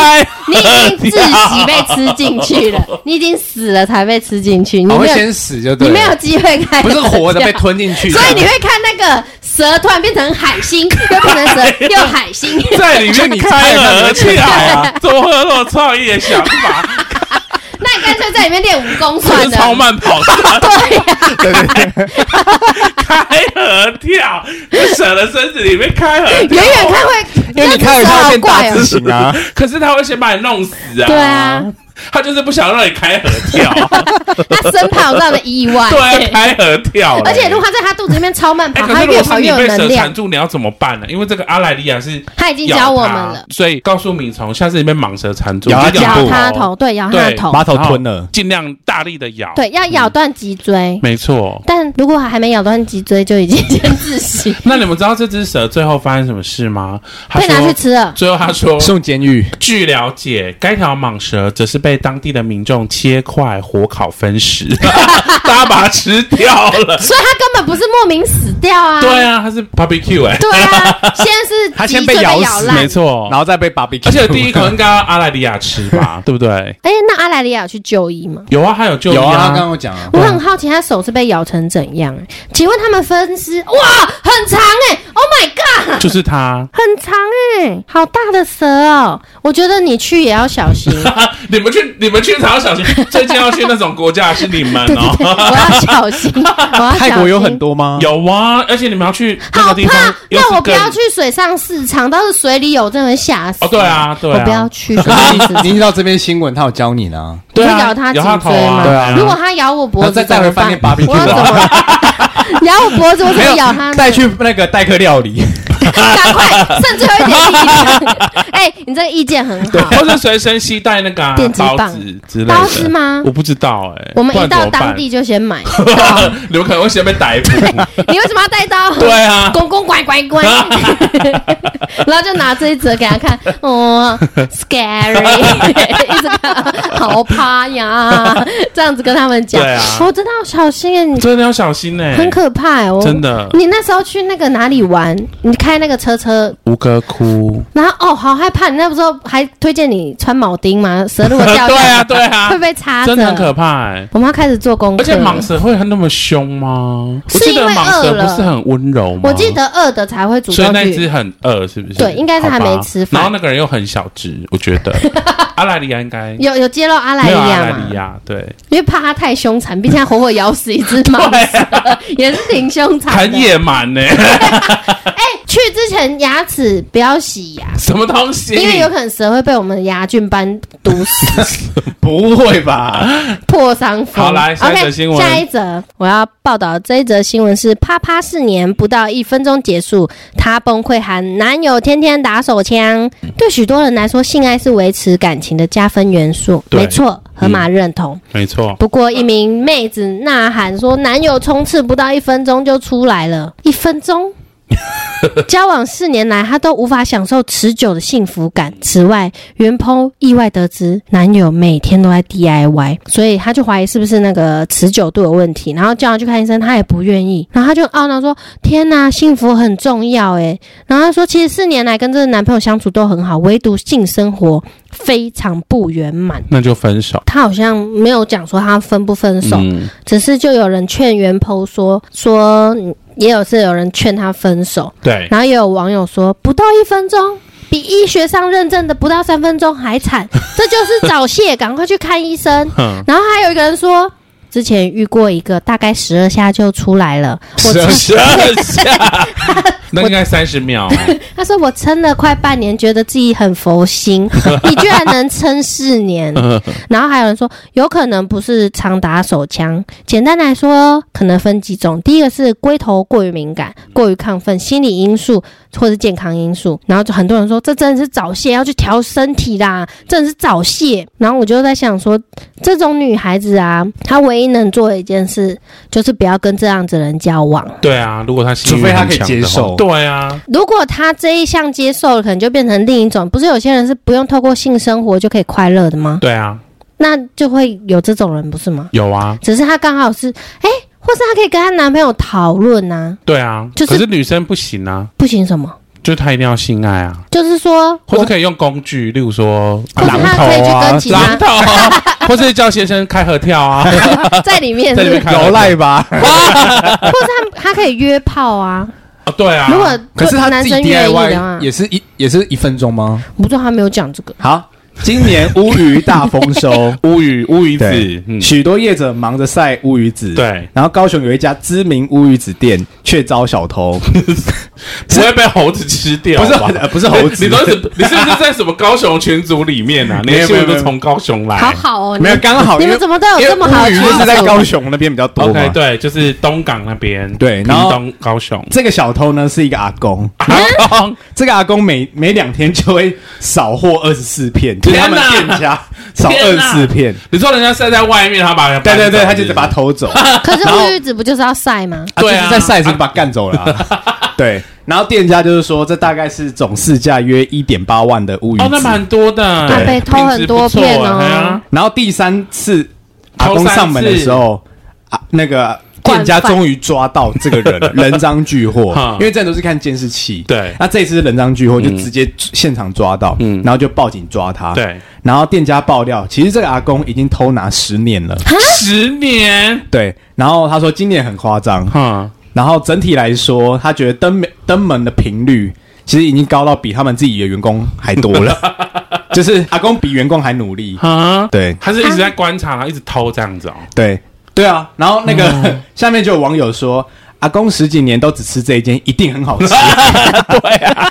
已。经你已经窒息被吃进去了，你已经死了才被吃进去，你我没会有先死就对你了，没有机会看， 不是活着被吞进去，所以你会看那个蛇突然变成海星，又变成蛇，又海星。在里面你开了跳啊， 怎么会有那种创意的想 法？那你干脆在里面练武功这算是超了。慢跑 大对呀、对对对，开合跳，在蛇的身子里面开合跳。远远看会，因为你那只开合跳蛇变好怪大哦 字。型啊，可是他会先把你弄死啊！对啊，他就是不想让你开合 跳，他生怕有这样的意外。 欸对啊，开合跳。而且如果他在他肚子里面超慢哎、跑，可他是如越果跑越是你有被能蛇量缠。住，你要怎么办呢？因为这个阿莱利亚是他已经咬教我它们了，所以告诉米虫，下次你被蟒蛇缠住，咬它就脚咬部他头，，对，咬他对的头，把头吞了。尽量大力的咬。，对，要咬断脊椎。没错。但如果还没咬断脊椎，就已经 先窒息， 那你们知道这只蛇最后发生什么事吗？他被拿说去吃了。最后他说，送监狱，据了解，该条蟒蛇则是被当地的民众切块火烤分食， 大家把它吃掉了。所以他根本不是莫名死掉啊。对啊，它是 barbecue 哎、对啊，先是 他先脊椎被被咬咬死烂没。错然。后再被 barbecue。而且第一口应该要阿莱利亚吃 吧，对不对？哎，那阿莱利亚有去就医吗？有啊，还有就医 有啊，他刚刚有讲啊我，很好奇他手是被咬成怎样、哎请问他们分尸？哇，很长哎、o h my god，。就是他很长哎、好大的蛇哦！我觉得你去也要小心。 你们去，你们去才要小心。最近要去那种国家是你们对对对，哦。我要小 心，我要小心。泰国有很。多吗？有啊，而且你们要去那好个地方怕，，又是那我不更要去水上市场，倒是水里有，真的会吓死。哦，对，啊，对啊，我不要去水上市你场。你知道这篇新闻，他有教你呢。对啊你会咬它咬它颈头椎啊吗？对啊如果它咬我脖然子后再带回饭店怎么办 barbecue 我要怎么？ 咬我脖子，我怎么咬它呢？带去那个代客料理，赶快，剩最后一点力量。 哎、你这个意见 很好。或者随身携带那个啊电击刀棒子之类的。刀子吗我不知道哎。我们不一然怎到么办 当，地就先买。 你们可能会先被逮捕。你为什么要带刀？对啊，公公乖乖乖，然后就拿这一则给他看，哦，scary，一直 看，好怕呀，这样子跟他们讲对啊，我真的要小心哎，你 真的要小心哎，很可怕哎，我真。的。你那时候去那个哪里玩？你开那个车车，吴哥窟，然后哦，好害怕！你那时候还推荐你穿铆钉吗？蛇如果掉下来， 对啊，对啊会，被插着，真的很可怕哎。我们要开始做功课，而且蟒。蛇会那么凶吗？我是记因得为蟒蛇饿了不是很温柔吗？我记，得饿的才会主所以动那去只，很饿，是不是？对应该是还没好吧吃饭然后那个人又很小只，我觉得阿莱利亚应该有有揭露阿莱没利有啊阿亚莱嘛利？亚，对，因为怕它太凶残，毕竟它活活咬死一只蟒蛇， 啊也是挺凶残很的。野蛮欸呢，去之前牙齿不要洗牙， 什么东西？因为有可能蛇会被我们的牙菌斑毒死。不会吧？破伤风。好来下一则新闻 o k 下一则我要报道这一则新闻是：啪啪四年不到一分钟结束，她崩溃喊男友天天打手枪。对许多人来说，性爱是维持感情的加分元素，对嗯没错，河马认同。没错，不过，一名妹子呐喊说，男友冲刺不到一分钟就出来了，一分钟。 交往四年来，她都无法享受持久的幸福感。此外，原 po 意外得知男友每天都在 DIY，所以她就怀疑是不是那个持久度有问题，然后叫她去看医生，她也不愿意，然后她就懊恼说：“天呐，幸福很重要诶。然后她说，其实四年来跟这个男朋友相处都很好，唯独性生活非常不圆满。那就分手。他好像没有讲说他分不分手，嗯，只是就有人劝袁鹏说说，也有是有人劝他分手，对，然后也有网友说不到一分钟。比医学上认证的不到三分钟还 惨，这就是早泄，赶快去看医生。哼，然后还有一个人说，之前遇过一个大概十二下就出来了，我撑十二下， 那应该三十秒。他说我撑了快半年，觉得自己很佛 心，你居然能撑四年。 然后还有人说，有可能不是常打手枪，简单来说，可能分几种。第一个是龟头过于敏感、嗯过于亢奋，心理因素或是健康因素。然后就很多人说，这真的是早泄，要去调身体啦，真的是早泄。然后我就在想说，这种女孩子啊，她唯一能做的一件事，就是不要跟这样子的人交往。对啊，如果他性欲除非他可以很强的话接受对啊，如果他这一项接受了，可能就变成另一种。不是有些人是不用透过性生活就可以快乐的吗？对啊，那就会有这种人，不是吗？有啊，只是他刚好是，哎、或是他可以跟她男朋友讨论啊，对啊，就是可是女生不行啊，不行什么，就是她一定要性爱啊，就是说或者我。可以用工具，例如说或是狼他头可以去啊跟其榔他头啊， 或是叫先生开合跳啊， 在里面在里是面不开有合跳。赖吧？是，或是他他可以约炮啊。哦对啊，。如果可是他男自己生愿意的啊 DIY 话，也是一也是一分钟吗？我不知道他没有讲这个。好，今年乌鱼大丰收乌鱼乌鱼子对，，嗯，许多业者忙着晒乌鱼子。对然后高雄有一家知名乌鱼子店却遭 小偷，不会被猴子吃掉不是 吧，呃不是猴 子你都哦是你是不是在什么高雄群组里面啊？你 没的有新闻没有都从高雄来，好好哦，哎没有刚好你因为们怎么都有因为这么好乌的鱼群是在组高雄那边比较多 OK，嘛。对，就是东港那边，对屏然后东高雄， 这个小偷呢是一个阿公，阿啊公这个阿公每每两天就会扫货二十四片，就是他们天哪店 家扫二天十哪四片。 你说人家晒在外面，他把它对对对，他搬走就是把它偷走，可是然后乌鱼子不就是要晒 吗？ 对啊就是在赛时候把他干走了啊、 对，然后店家就是说，这大概是总市价约一点八万的乌鱼哦，那子。蛮多的，对被偷很多片哦品质不错啊然后第三次阿偷公三次上门的时候，啊，那个店家惯犯终于抓到这个 人了，人赃俱获哈。因为这都是看监视器，对那这一次是人赃俱获，就直接现场抓到，嗯然后就报警抓他。对，然后店家爆料，其实这个阿公已经偷拿十年了。十年，对，然后他说今年很夸张，哈，然后整体来说，他觉得登门登门的频率其实已经高到比他们自己的员工还多 了，就是阿公比员工还努力。啊，对他是一直在观察，然后一直偷这样子哦，对对啊，然后那个、 下面就有网友说，阿公十几年都只吃这一间，一定 很好吃。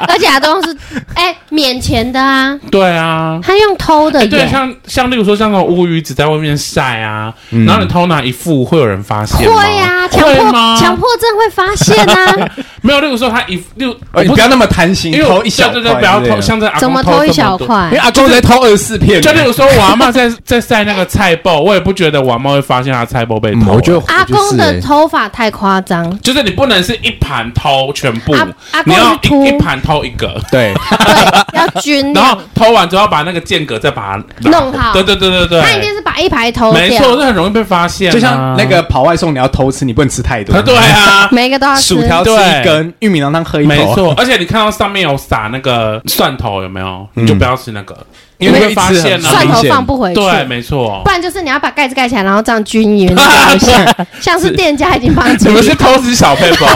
而且阿东是哎免钱的啊，对啊。他用偷的哎对，耶，像像例如说像那种乌鱼子在外面晒啊，嗯然后你偷拿一副，会有人发现吗？会啊，强会迫吗强迫症会发现 啊，没有，例如说他一六，呃我你不要那么贪心，因为我偷一小块对对对，不要之类偷，的像这阿公怎么偷偷一这么小多块因为？阿公在偷二十四片，就例如说，我阿妈在 在晒那个菜包，我也不觉得我阿妈会发现她菜包被嗯偷。欸阿公的头发太夸张，就是你不能是一盘偷全部阿阿，公你要是秃一一盘偷一个，对，对，要均啊然量后，偷完之后把那个间隔再把它弄好对对对对他一定对，是把一排头没错，掉，这很容易被发现啊。 就像那个跑外送，你要偷吃，你不能吃太多啊，，对啊，每一个都要吃薯。条吃对一根，玉米浓汤喝一口，没错。 而且你看到上面有撒那个蒜头，有没有？你就不要吃那个，因为你会发现一吃很蒜啊。头放不回去，对，没错不。然就是你要把盖子盖起来，然后这样均 匀一下， 像是店家已经帮你处你们理啊是，偷吃小配包，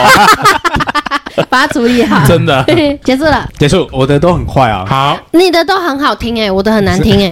把它处理好， 真的 结束了。结束，我的都很快啊。好。你的都很好听哎、我的很难听哎、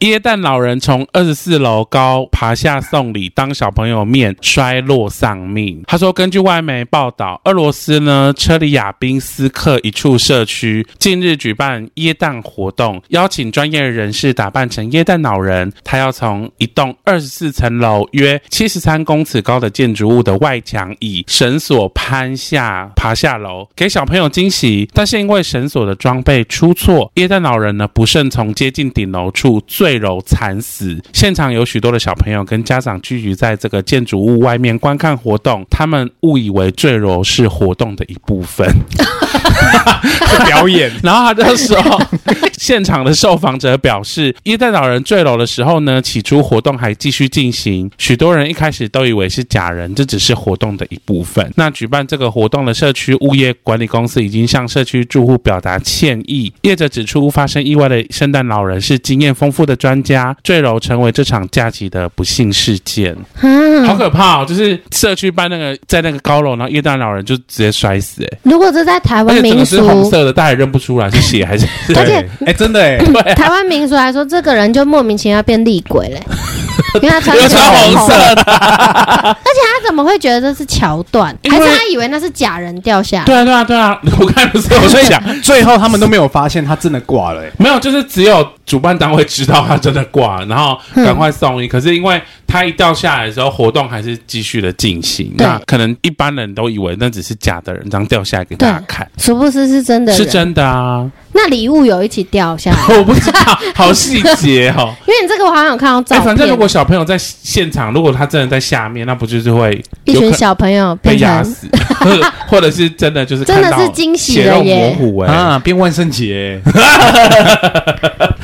耶诞老人从二十四楼高爬下送礼，当小朋友面摔落丧命。他说，根据外媒报道，俄罗斯呢车里亚宾斯克一处社区近日举办耶诞活动，邀请专业人士打扮成耶诞老人。他要从一栋二十四层楼约七十三公尺高的建筑物的外墙以绳索攀下爬下楼，给小朋友惊喜。但是因为绳索的装备出错，耶诞老人呢不慎从接近顶楼处坠楼惨死。现场有许多的小朋友跟家长聚集在这个建筑物外面观看活动，他们误以为坠楼是活动的一部分。表演， 然后他就说，现场的受访者表示，耶诞老人坠楼的时候呢，起初活动还继续进行，许多人一开始都以为是假人，这只是活动的一部分。那举办这个活动的社区物业管理公司已经向社区住户表达歉意。业者指出，发生意外的圣诞老人是经验丰富的专家，坠楼成为这场假期的不幸事件。好嗯，可怕哦！就是社区办那个在那个高楼，然后耶诞老人就直接摔死、欸，如果这在台而湾且整民哎个是红俗，色的，大家也认不出来是血还是。而且对哎，真的哎，台湾民俗来说，这个人就莫名其妙变厉鬼 嘞、因为他穿又全穿红红色的，他怎么会觉得这是桥段？因还为是他以为那是假人掉下来？对啊对啊对啊！ 我看不是我所在以讲，最后他们都没有发现他真的挂了哎。没有，就是只有主办单位知道他真的挂了，然后嗯赶快送医。可是因为他一掉下来的时候，活动还是继续的进行，对那可能一般人都以为那只是假的人这样掉下来给大家看，殊不知是真的人。是真的啊！ 那礼物有一起掉下来，我不知道，好细节 哦。因为你这个我好像有看到照哎，片。反正如果小朋友在现场，如果他真的在下面，那不就是会一有群可小朋友被变压成死，或者或者是真的就是真的看到是惊喜血了肉模耶糊哎，啊，变万 圣节，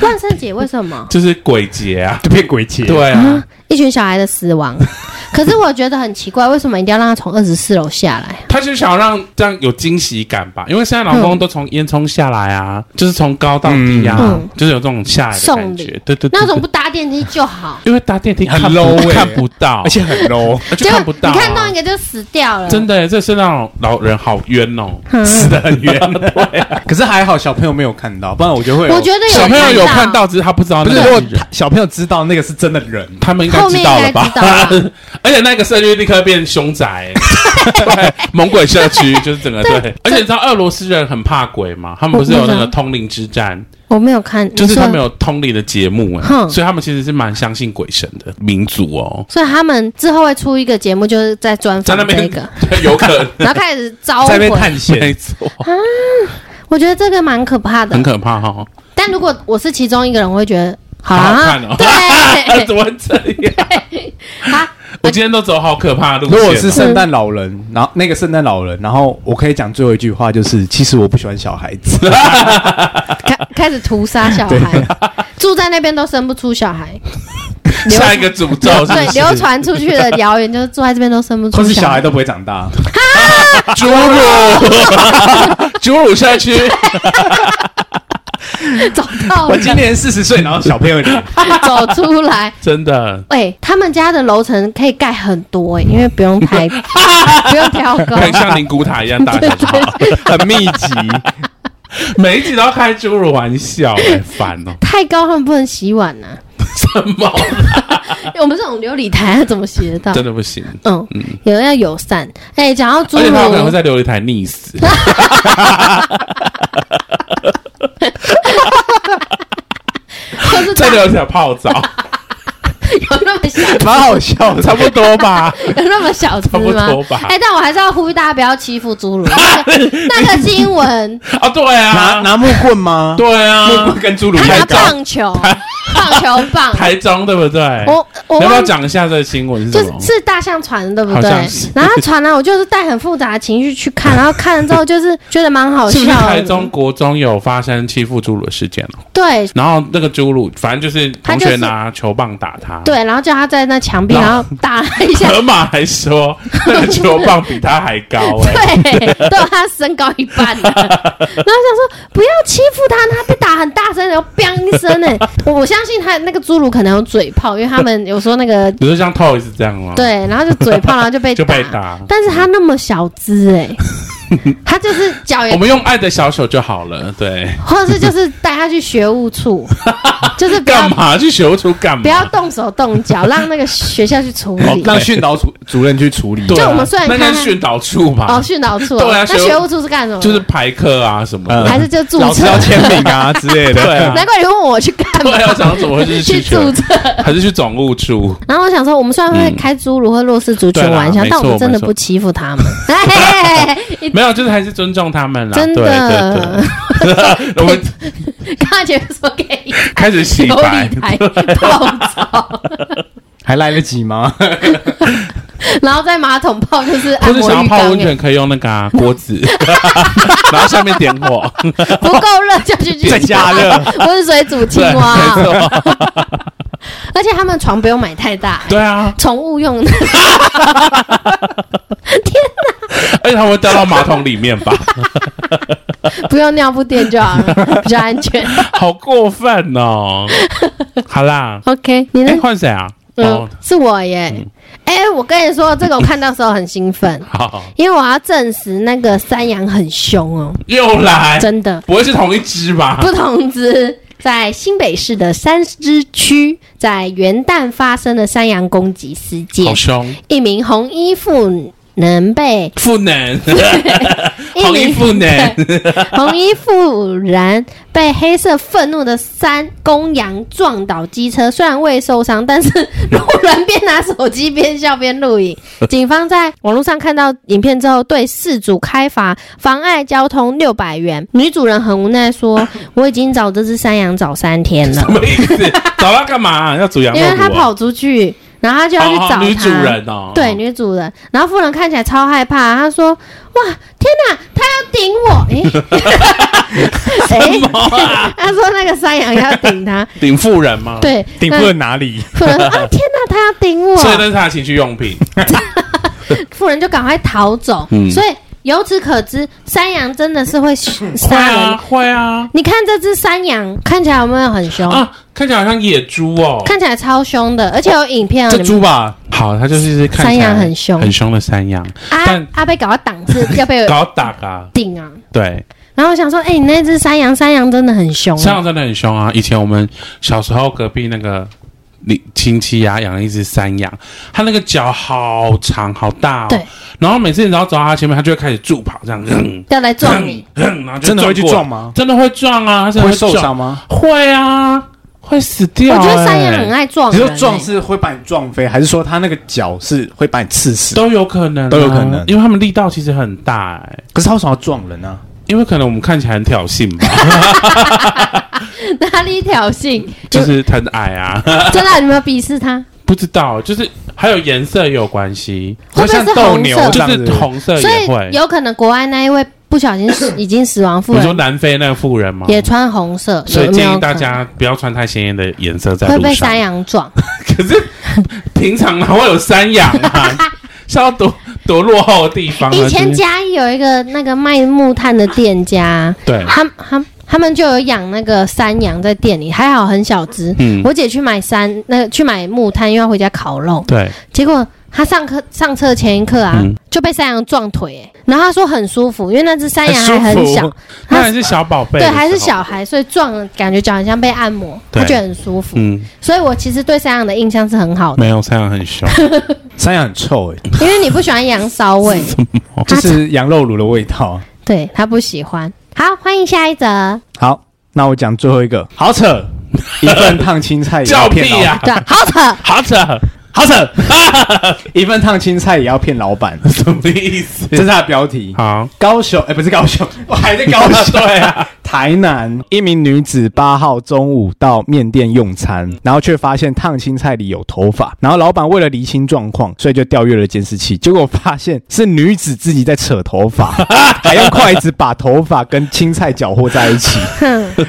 万圣节，为什么？就是鬼节啊，就变鬼节，对啊。 一群小孩的死亡，可是我觉得很奇怪，为什么一定要让他从二十四楼下 来？他就想要让这样有惊喜感吧，因为现在老公都从烟囱下来啊，就是从高到低啊，嗯就是有这种下来的感送觉礼。对对对，那对种不搭电梯就好 ，因为搭电梯看很不 low 欸看不到，而且很 low，而且结果看不到啊，你看到一个就死掉了，真的耶，这是那种老人好冤哦。嗯死得很冤。可是还好小朋友没有看到，不然我觉得会有。我觉得有小朋友有看到，只是他不知道不那是，个如果是人他小朋友知道那个是真的人，他们应该后面知应道了该吧知？道吧？ 而且那个社区立刻变 凶宅、 对，猛鬼社区就是整个对。而且你知道俄罗斯人很怕鬼吗？他们不是有那我不个知道通灵之战，我没有看，就是他们有，有通灵的节目哎、哼所以他们其实是蛮相信鬼神的民族哦，所以他们之后会出一个节目，就是在专在访那这边个， 对有可能， 然后开始哦招在魂那边。探没险， 错，我觉得这个蛮可怕的很，可怕哈、哦。但如果我是其中一个人，我会觉得好啦好好看 哦，对怎么会这样？啊，我今天都走好可怕的路如线哦。果是圣诞老人，然后那个圣诞老人，然后我可以讲最后一句话，就是其实我不喜欢小孩 子。开开始屠杀小孩，住在那边都生不出小孩，流 下一个诅咒是对不是流传出去的谣言就是住在这边都生不或出是小小孩。都不会长大，侏儒， 侏儒社区， 找到我了，今年四十岁，然后小朋友 脸走出来。 真的哎、他们家的楼层可以盖很多哎、因为不用 抬，不用挑高可。以像灵骨塔一样大小就好。 很密集，每一集都要开侏儒玩笑，哎烦 哦！太高他们不能洗碗啊呐、什么？我们这种琉璃台它怎么洗得到？真的不行。嗯，有人要友善。哎、讲到而侏且他有可能会儒，在琉璃台溺死。或 是在大琉璃台泡澡，有那么小， 蛮好笑的。差不多吧？有那么小只差不吗多吧？哎、但我还是要呼吁大家不要欺负 侏儒，那个那个新闻，啊，对拿啊，拿木棍吗？对木啊棍，跟侏儒他一拿样高。棒 球，棒球棒，台中对不对？我我你要不要忘记。讲一下这个新闻是就什是么？是大象传的，对不好对像是？然后他传来，我就是带很复杂的情绪去 看，然后看了之后就是觉得蛮好笑是不是台的。中国中有发生欺负侏儒的事件了？对然后那个侏儒，反正就是同他就学是拿球棒打他。对，然后叫他在那墙壁，然然后后打了一下，河马 还说那个球棒比他还高哎、对，都有他身高一半 了。然后想说不要欺负他，他被打很大声，然后 砰一声哎，我我相信他那个侏儒可能有嘴炮，因为他们有时候那个你说像 Toys 这样吗？，对，然后就嘴炮，然后就被 就被打但是他那么小只哎、 他就是脚我也，们用爱的小手就好了。对，或者是就是带他去学务 处，就是不要干嘛去学出干嘛？不要动手动脚，让那个学校去 处理。哦让训导主主任去处理。对啊就我们虽然那看他跟训导处嘛，哦，训导处对啊那学务学务处是干什么的？就是排课啊什么的。嗯还是就注老师册？要签名啊之类的。对啊难怪你问我去 干对嘛？啊，我想怎么会就是去去注册。还是去总务处？然后我想说，我们虽然会开侏儒或弱势族群嗯对啦玩笑没，错但我们真的没错不欺负他们。哎没有，就是还是尊重他们啦。真对的，对对， 我们刚才觉得说可以开始洗有白理。台暴走。还来得及吗？然后在马桶泡就是或按是摩想要浴泡缸温，泉，可以用那个啊 锅子，然后下面点火。哎不够热就 去再加热，温水煮青对蛙。没错而且他们床不用买太大，对啊，宠物用的。而且他们会掉到马桶里面吧？不用尿布垫就好 了，比较安全。好过分 哦！好啦， OK，你呢哎，？换谁啊？嗯哦，，是我耶。哎，我跟你说，这个我看到的时候很兴奋，好，因为我要证实那个山羊很凶哦，又来，真的。不会是同一只吧？不同之，在新北市的三支区，在元旦发生的山羊攻击事件好，凶，一名红衣妇能被赋能， 一红衣名赋能，红衣妇人被黑色愤怒的三公羊撞倒机车， 虽然未受伤，但是路人边拿手机边笑边录影。 警方在网络上看到影片之后，对事主开罚妨碍交通六百元。女主人很无奈说：“ 我已经找这只山羊找三天 了。”什么意思？找他干嘛？要煮羊肉因为他炉啊？跑出去，然后他就要去找哦他、女主人哦，对，女主人，然后妇人看起来 超害怕，她说：“哇，天哪，他要顶我！”诶，什么啊？他说那个山羊要顶 他，顶富人吗？，对，顶不那了哪里？富人说 啊！天哪，他要顶我！所以那是他的情趣用品。富人就赶快逃走。嗯所以由此可知，山羊真的是会会杀啊，人。会啊，你看这只山羊看起来有没有很凶？啊，看起来好像野猪哦。哦看起来超凶的，而且有影片哦。这你们猪吧，好，它就是看起来山羊很凶很凶的山羊，啊但阿贝搞到挡 是要被搞打啊。顶啊！对，然后我想说，哎，你那只山羊，山羊真的很凶。山羊真的很凶啊。以前我们小时候隔壁那个邻亲戚啊，养了一只山羊，它那个脚好长好大哦。对，然后每次你只要走到它前面，它就会开始助跑，这样，嗯要来撞你，嗯，然后就真的会去过来撞，吗？真的会撞啊，它真的会撞受伤？吗？会啊，会死我掉、觉得山羊哎很爱撞你人说欸。撞是会把你撞飞，还是说它那个脚是会把你刺死？都有可能啊、都有可能因为他们力道其实很大、哎，可是它为什么要撞人啊呢？因为可能我们看起来很挑衅吧， 哪里挑衅？ 就是很矮啊， 真的，你们有鄙视他？不知道，就是还有颜色也有关系，会不会是像斗红牛色这就样子是红色所也会以。有可能国外那一位不小心死已经死亡妇你说人南非那个妇人吗？也穿红色，所以有没有建可议大能家不要穿太鲜艳的颜色在会路被上山。羊撞。可是平常哪会有山羊 啊？是要多多落后的地方啊？以前就是嘉义有一个那个卖木炭的店家，对，他他他们就有养那个山羊在店里，还好很小只。嗯，我姐去买山那个去买木炭，因为要回家烤肉，对，结果她上课上车前一刻啊、嗯就被山羊撞腿、欸然后她说很舒服，因为那只山羊还很很舒小服，那还是小宝贝，对还是小，孩，所以撞了感觉脚很像被按摩，她对觉得很舒服。嗯，所以我其实对山羊的印象是很好 的，没有山羊很凶，山羊很臭哎，因为你不喜欢羊骚 味，就是羊肉炉的味道。啊对他不喜欢。好，欢迎下一则。好，那我讲最后一个，好扯，一份烫青菜也要 叫骗屁老板，呀、对啊，好扯，好扯， 好扯， 一份烫青菜也要骗老 板，什么意思？这是它的标题。好，高雄，哎、不是高雄， 我还在高雄。对啊，台南一名女子八号中午到面店用餐，然后却发现烫青菜里有头发，然后老板为了厘清状况，所以就调阅了监视器，结果发现是女子自己在扯头 发，还用筷子把头发跟青菜搅和在一 起。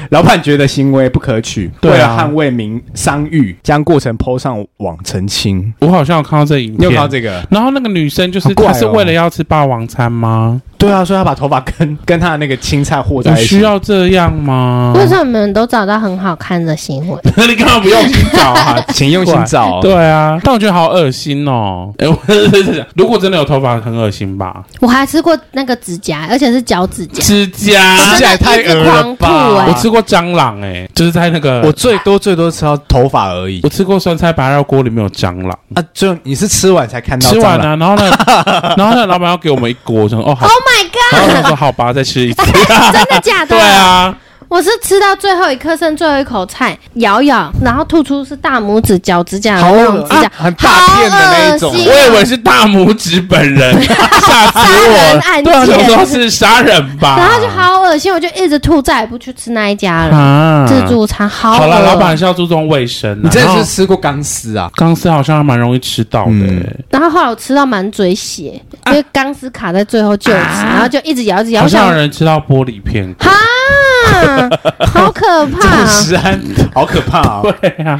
老板觉得行为不可取，对啊为了捍卫名商誉，将过程抛上网澄清。 我好像有看到这影片，你有看到这个？然后那个女生就是，好怪哦她是为了要吃霸王餐吗？对啊，所以他把头发跟跟他的那个青菜和有在一起需。要这样吗？为什么你们都找到很好看的行 为？么 你干嘛不用心找啊？请用心 找，对啊，但我觉得好恶心哦！哎，我 如果真的有头发，很恶心吧？我还吃过那个指甲，而且是脚指甲，指甲真，啊这的也太一直恶了狂吐吧哎、我吃过蟑螂，哎，就是在那个我最多最多吃到头发而已我吃过酸菜白肉锅，里面有蟑螂，啊！最后你是吃完才看到吃完啊蟑了、螂然后呢， 然后呢，老板要给我们一锅，我想哦好 Oh，my 然后我 god！想说好吧，再吃一次。真的假的？ 对，啊，我是吃到最后一颗剩最后一口菜，咬咬，然后吐出是大拇指脚指甲的那种恶指甲，啊很大片的那一种好恶心我以为是大拇指本人， 吓死杀我人了！案啊对啊，想说件，是啊杀人吧，然后就好恶心，我就一直吐，再也不去吃那一家了。啊自。助餐好好了，恶啊老板还是要注重卫生啊。你真然的后是吃过钢丝啊？钢丝好像还蛮容易吃到的、欸嗯然后后来我吃到满嘴血，因为钢丝卡在最后臼齿，然后就一直咬一直咬，啊好我像想有人吃到玻璃片。哈，好可 怕、食安好可怕啊！对啊，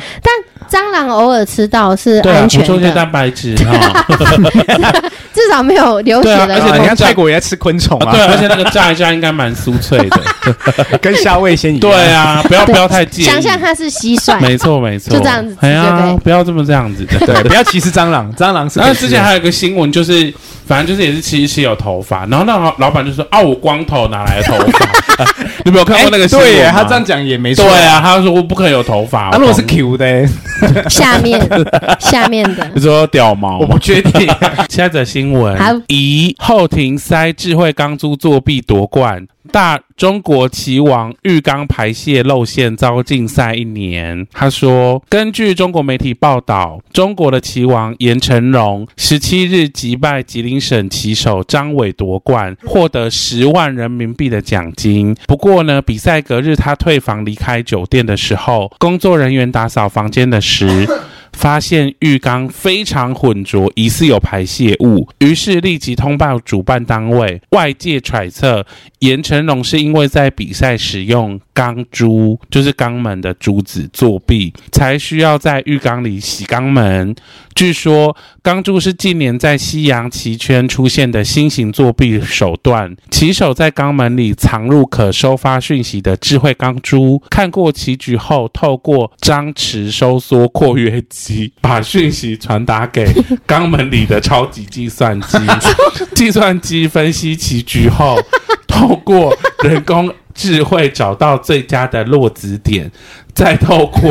蟑螂偶尔吃到是对啊，安补全充一些的，蛋白质 哈。啊至少没有流血对的哦而且东啊西。人家泰国也在吃昆虫对，啊，而且那个炸一下应该蛮酥脆的。跟虾味先一 样。对，啊，不要不要太介意。想象它是蟋蟀，没错没错，就这样子哎呀对，不要这么这样子的。对，不要歧视蟑螂，蟑螂是然可后以吃的。之前还有一个新闻，就是反正就是也是吃一吃有头发，然后那老老板就说啊，我光头哪来的头发？ 你没有看哎过那个新闻对耶，吗他这样讲也没错。对啊，，他说我不可以有头发。啊，如果是我 Q 的耶，下面 下面的你说屌毛我不 确定。现在的新闻好，疑后庭塞智慧钢珠作弊夺冠，大中国棋王浴缸排泄露馅遭禁赛一年。他说，根据中国媒体报道，中国的棋王严成龙十七日击败吉林省棋手张伟夺冠，获得十万人民币的奖金。不过呢，比赛隔日他退房离开酒店的时候，工作人员打扫房间的时。发现浴缸非常浑浊，疑似有排泄物，于是立即通报主办单位。外界揣测，严成龙是因为在比赛使用钢珠，就是肛门的珠子作弊，才需要在浴缸里洗肛门。据说，钢珠是近年在西洋棋圈出现的新型作弊手段。棋手在肛门里藏入可收发讯息的智慧钢珠，看过棋局后，透过张弛收缩括约肌，把讯息传达给肛门里的超级计算机。 计算机分析棋局后，透过人工智慧找到最佳的落子点，再透过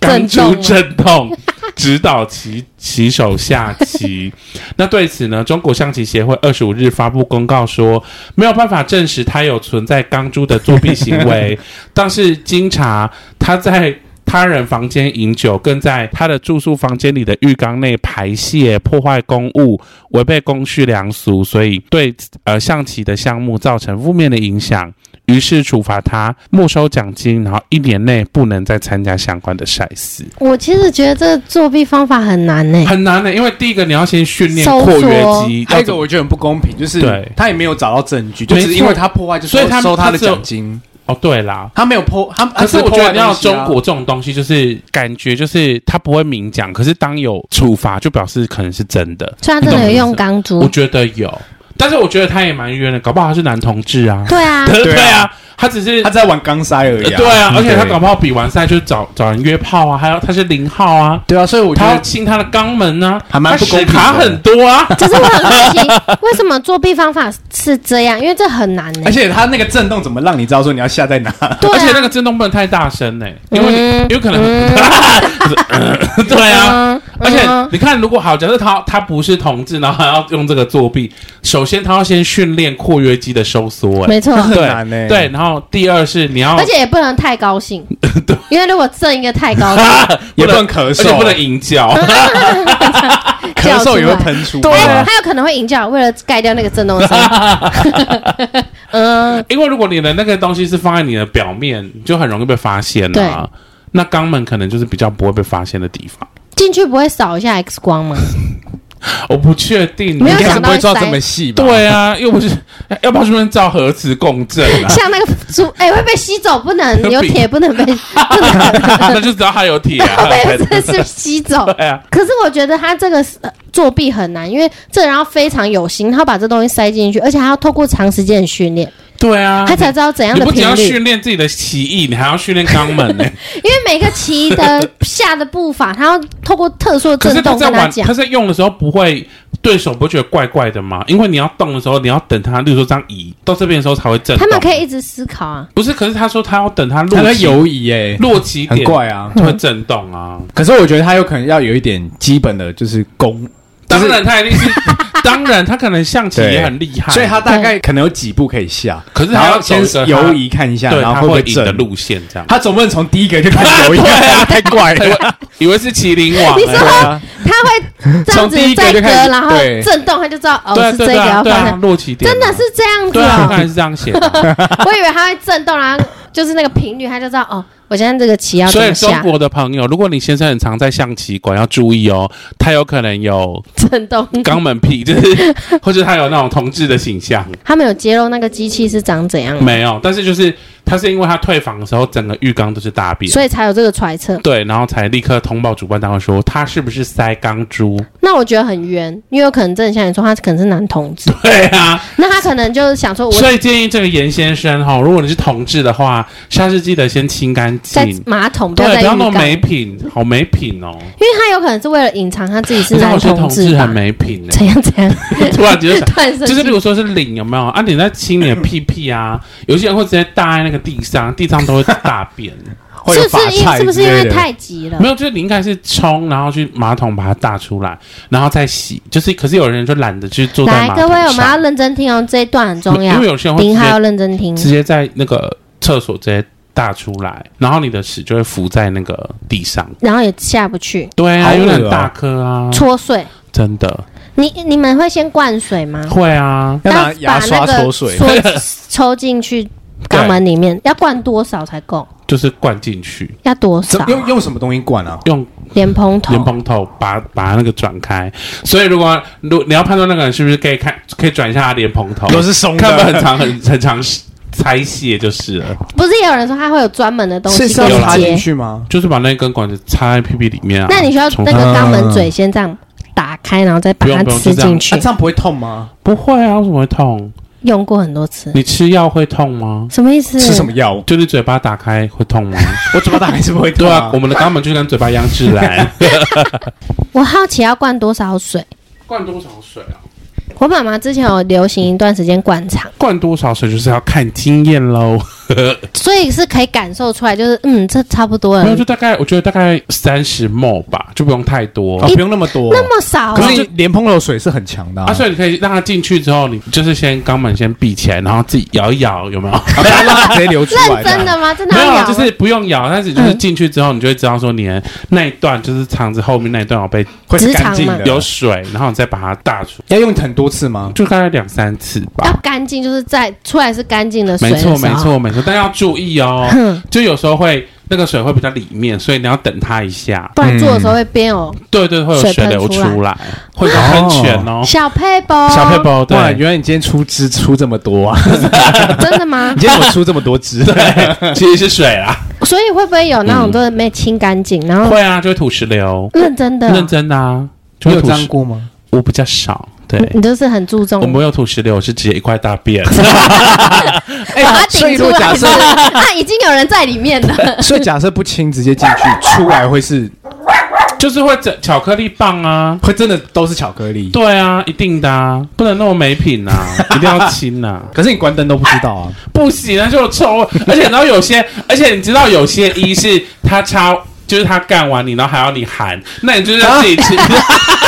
钢珠震动。指导棋棋手下棋。那对此呢，中国象棋协会二十五日发布公告说，没有办法证实他有存在钢珠的作弊行为，但是经查，他在。他人房间饮酒，更在他的住宿房间里的浴缸内排泄，破坏公物，违背公序良俗，所以对呃象棋的项目造成负面的影响。于是处罚他没收奖金，然后一年内不能再参加相关的赛事。我其实觉得这个作弊方法很难欸呢、很难的、欸因为第一个你要先训练括约肌，嗯要还有一个怎么我觉得很不公平，就是对他也没有找到证据，就没只是因错为他破坏，就所以他收他的他只有奖金。哦，对啦。他没有破，他可可是我觉得要啊中国这种东西，就是感觉就是他不会明讲，可是当有处罚，就表示可能是真的。虽然真的有用钢我珠，觉得有，但是我觉得他也蛮冤的，搞不好他是男同志啊。对啊，对对啊啊，他只是他在玩钢塞而呃已、啊。对啊，而且他搞不不好比完赛就找找人约炮啊，还有他是零号啊，对啊，所以我觉他要得亲他的肛门啊，还蛮他不公屎平的卡很多啊。可是我很好奇，为什么作弊方法是这样？因为这很难呢、欸而且他那个震动怎么让你知道说你要下 在哪？对、啊，而且那个震动不能太大声呢、因为嗯有可能嗯就是 对啊。嗯，而且嗯你看，如果好，假设他他不是同志，然后还要用这个作弊，首先他要先训练括约肌的收缩、欸，没错那，很对难呢对，然后第二是你要 而且也不能太高兴，因为如果震一个太高兴， 也不能咳而且嗽，不能吟 叫，咳嗽也会喷出。对，啊他哎有可能会引叫，为了盖掉那个震动声。 嗯，因为如果你的那个东西是放在你的表面，你就很容易被发现啊。那肛门可能就是比较不会被发现的地方，进去不会扫一下 X 光吗？我不确定。没有应该想是到不会做到塞这么细吧？对啊，又不是，要不要顺便照核磁共振 啊？像那个猪，哎、会被吸走，不能有铁不能被，不 那能就知道他 有体啊。被真是吸走。对啊，可是我觉得他这个是呃作弊很难，因为这人要非常有心，他要把这东西塞进去，而且还要透过长时间的训练，对啊，他才知道怎样你的不仅频要率。训练自己的棋艺，你还要训练肛门呢、因为每个棋的下的步伐，他要透过特殊的可 是震他动在跟他玩，讲他。在用的时候不会，对手不会觉得怪怪的吗？因为你要动的时候，你要等他，例如说这样移到这边的时候才会震动。他们可以一直思考啊，不是？可是他说他要等他落他在棋游移耶，落棋很点怪嗯啊。就会震动啊。可是我觉得他有可能要有一点基本的，就是功，当然，他一定 是，当然他可能象棋对也很厉害，所以他大概可能有几步可以下，可是然他后要先走一个游移看一下，对然他后会会不会赢的震？路线这样。他总不能从第一个就开始 游移，太怪以为了。以为是麒麟 王、你欸说。啊，他会这样从第子一个在就隔，开始然后对震动，他就知道哦对啊是这对个啊要对放啊下，，落棋点啊真的是这样子对啊，哦他。还是这样 写的啊。我以为他会震动，然后就是那个频率，他就知道哦，我现在这个棋要怎所以么中下国的朋友，如果你先生很常在象棋馆，要注意哦，他有可能有震动。肛门癖，就是 或者他有那种同志的形象，他们有揭露那个机器是长怎样嗯吗，没有，但是就是他是因为他退房的时候，整个浴缸都是大便。所以才有这个揣测。对，然后才立刻通报主办单位说他是不是塞钢珠？那我觉得很冤，因为有可能真的像你说，他可能是男同志，对啊，那他可能就是想说我所以建议这个严先生哈、如果你是同志的话，下次记得先清干在净，马桶，不要在对，不浴要弄缸，没品，好没品哦。因为他有可能是为了隐藏他自己是你知道男我觉得同志志吧很？没品呢、怎样怎样， 突然觉得想。 突然生就是比气。如说是领有没有啊？你在亲你的屁屁啊，有些人会直接搭在那个地上，地上都会大 便。会有是不法是因菜是不是之因类为的太急了没？有，就是你应该是冲，然后去马桶把它大出来，然后再洗。就是可是有人就懒得去坐在来，马桶各上，位，我们要认真听哦，这一段很重因要为，有些人会直您还要接认真听。直接在那个厕所直接大出来，然后你的屎就会浮在那个地上。然后也下不去，对啊，好恶有哦点大颗啊，搓碎。真的你你们会先灌水吗？会啊。要拿然后牙把刷 那个搓水，搓抽进去肛门里面，要灌多少才够？就是灌进去，要多怎少？用用什么东西灌啊？用莲蓬头莲，蓬头把把那个转开。所以如果如你要判断那个人是不是可以看，可以转一下他莲蓬头，哦都是松看的，不很长很很长拆卸就是了，不是也有人说他会有专门的东西是是要可以插进接？去吗？就是把那根管子插在屁屁里面啊。那你需要从那个它肛门嘴先这样打开，然后再把不用它不用吃就这样进啊，去这。样不会痛吗？不会啊？为什么会痛？用过很多次，你吃药会痛吗？什么意思？吃什么药？就你嘴巴打开会痛 吗？我嘴巴打开是不会痛对啊啊，我。们的肛门就是跟嘴巴一样自然。我好奇要灌多少水。灌多少水啊？我妈妈之前有流行一段时间灌肠，灌多少水就是要看经验喽。所以是可以感受出来，就是嗯，这差不多呃没有，了就，大概我觉得大概三十 ml 吧，就不用太多。啊，不用那么多。哦那么少可啊，是莲蓬头水是很强的啊，所以你可以让它进去之后，你就是先肛门先闭起来，然后自己摇一摇，有 没有？啊不要让它直接流出来。认真的吗？真的没有要嗯啊，咬就吗？是不用摇，但是就是进去之后，你就会知道说你的那一段就是肠子后面那一段有被会是职场干净嘛的，有水，然后你再把它大出，要用很多次吗？就大概两三次要吧。干净，就是在出来是干净的水没的时错，候没。错，没错，但要注意哦，就有时候会那个水会比较里面，所以你要等它一下。不啊然做嗯的时候会边有对对，会有水水喷流出来出来，会有喷泉哦。小配包，小配包，对，哇，原来你今天出汁出这么多 啊！ 真的吗你？今天有出这么多汁， 对，其实是水啦。所以会不会有那种就是没清干净，然后会啊，就会吐石榴，认真的，认真啊，就 会你有吐沾石。过吗？我比较少，对，你就是很注重我没有吐石榴，我是直接一块大 便。哎把它所以顶出如果来假是设不是，那已经有人在里面 了。 所以假设不清直接进 去，出来会是就是会整巧克力棒啊，会真的都是巧克力。对啊，一定的啊，不能那么没品 啊，一定要亲啊，可是你关灯都不知道 啊！不行啊，就有臭味。而且然后有些，而且你知道有些一是他插，就是他干完你，然后还要你含，那你就是要自己吃，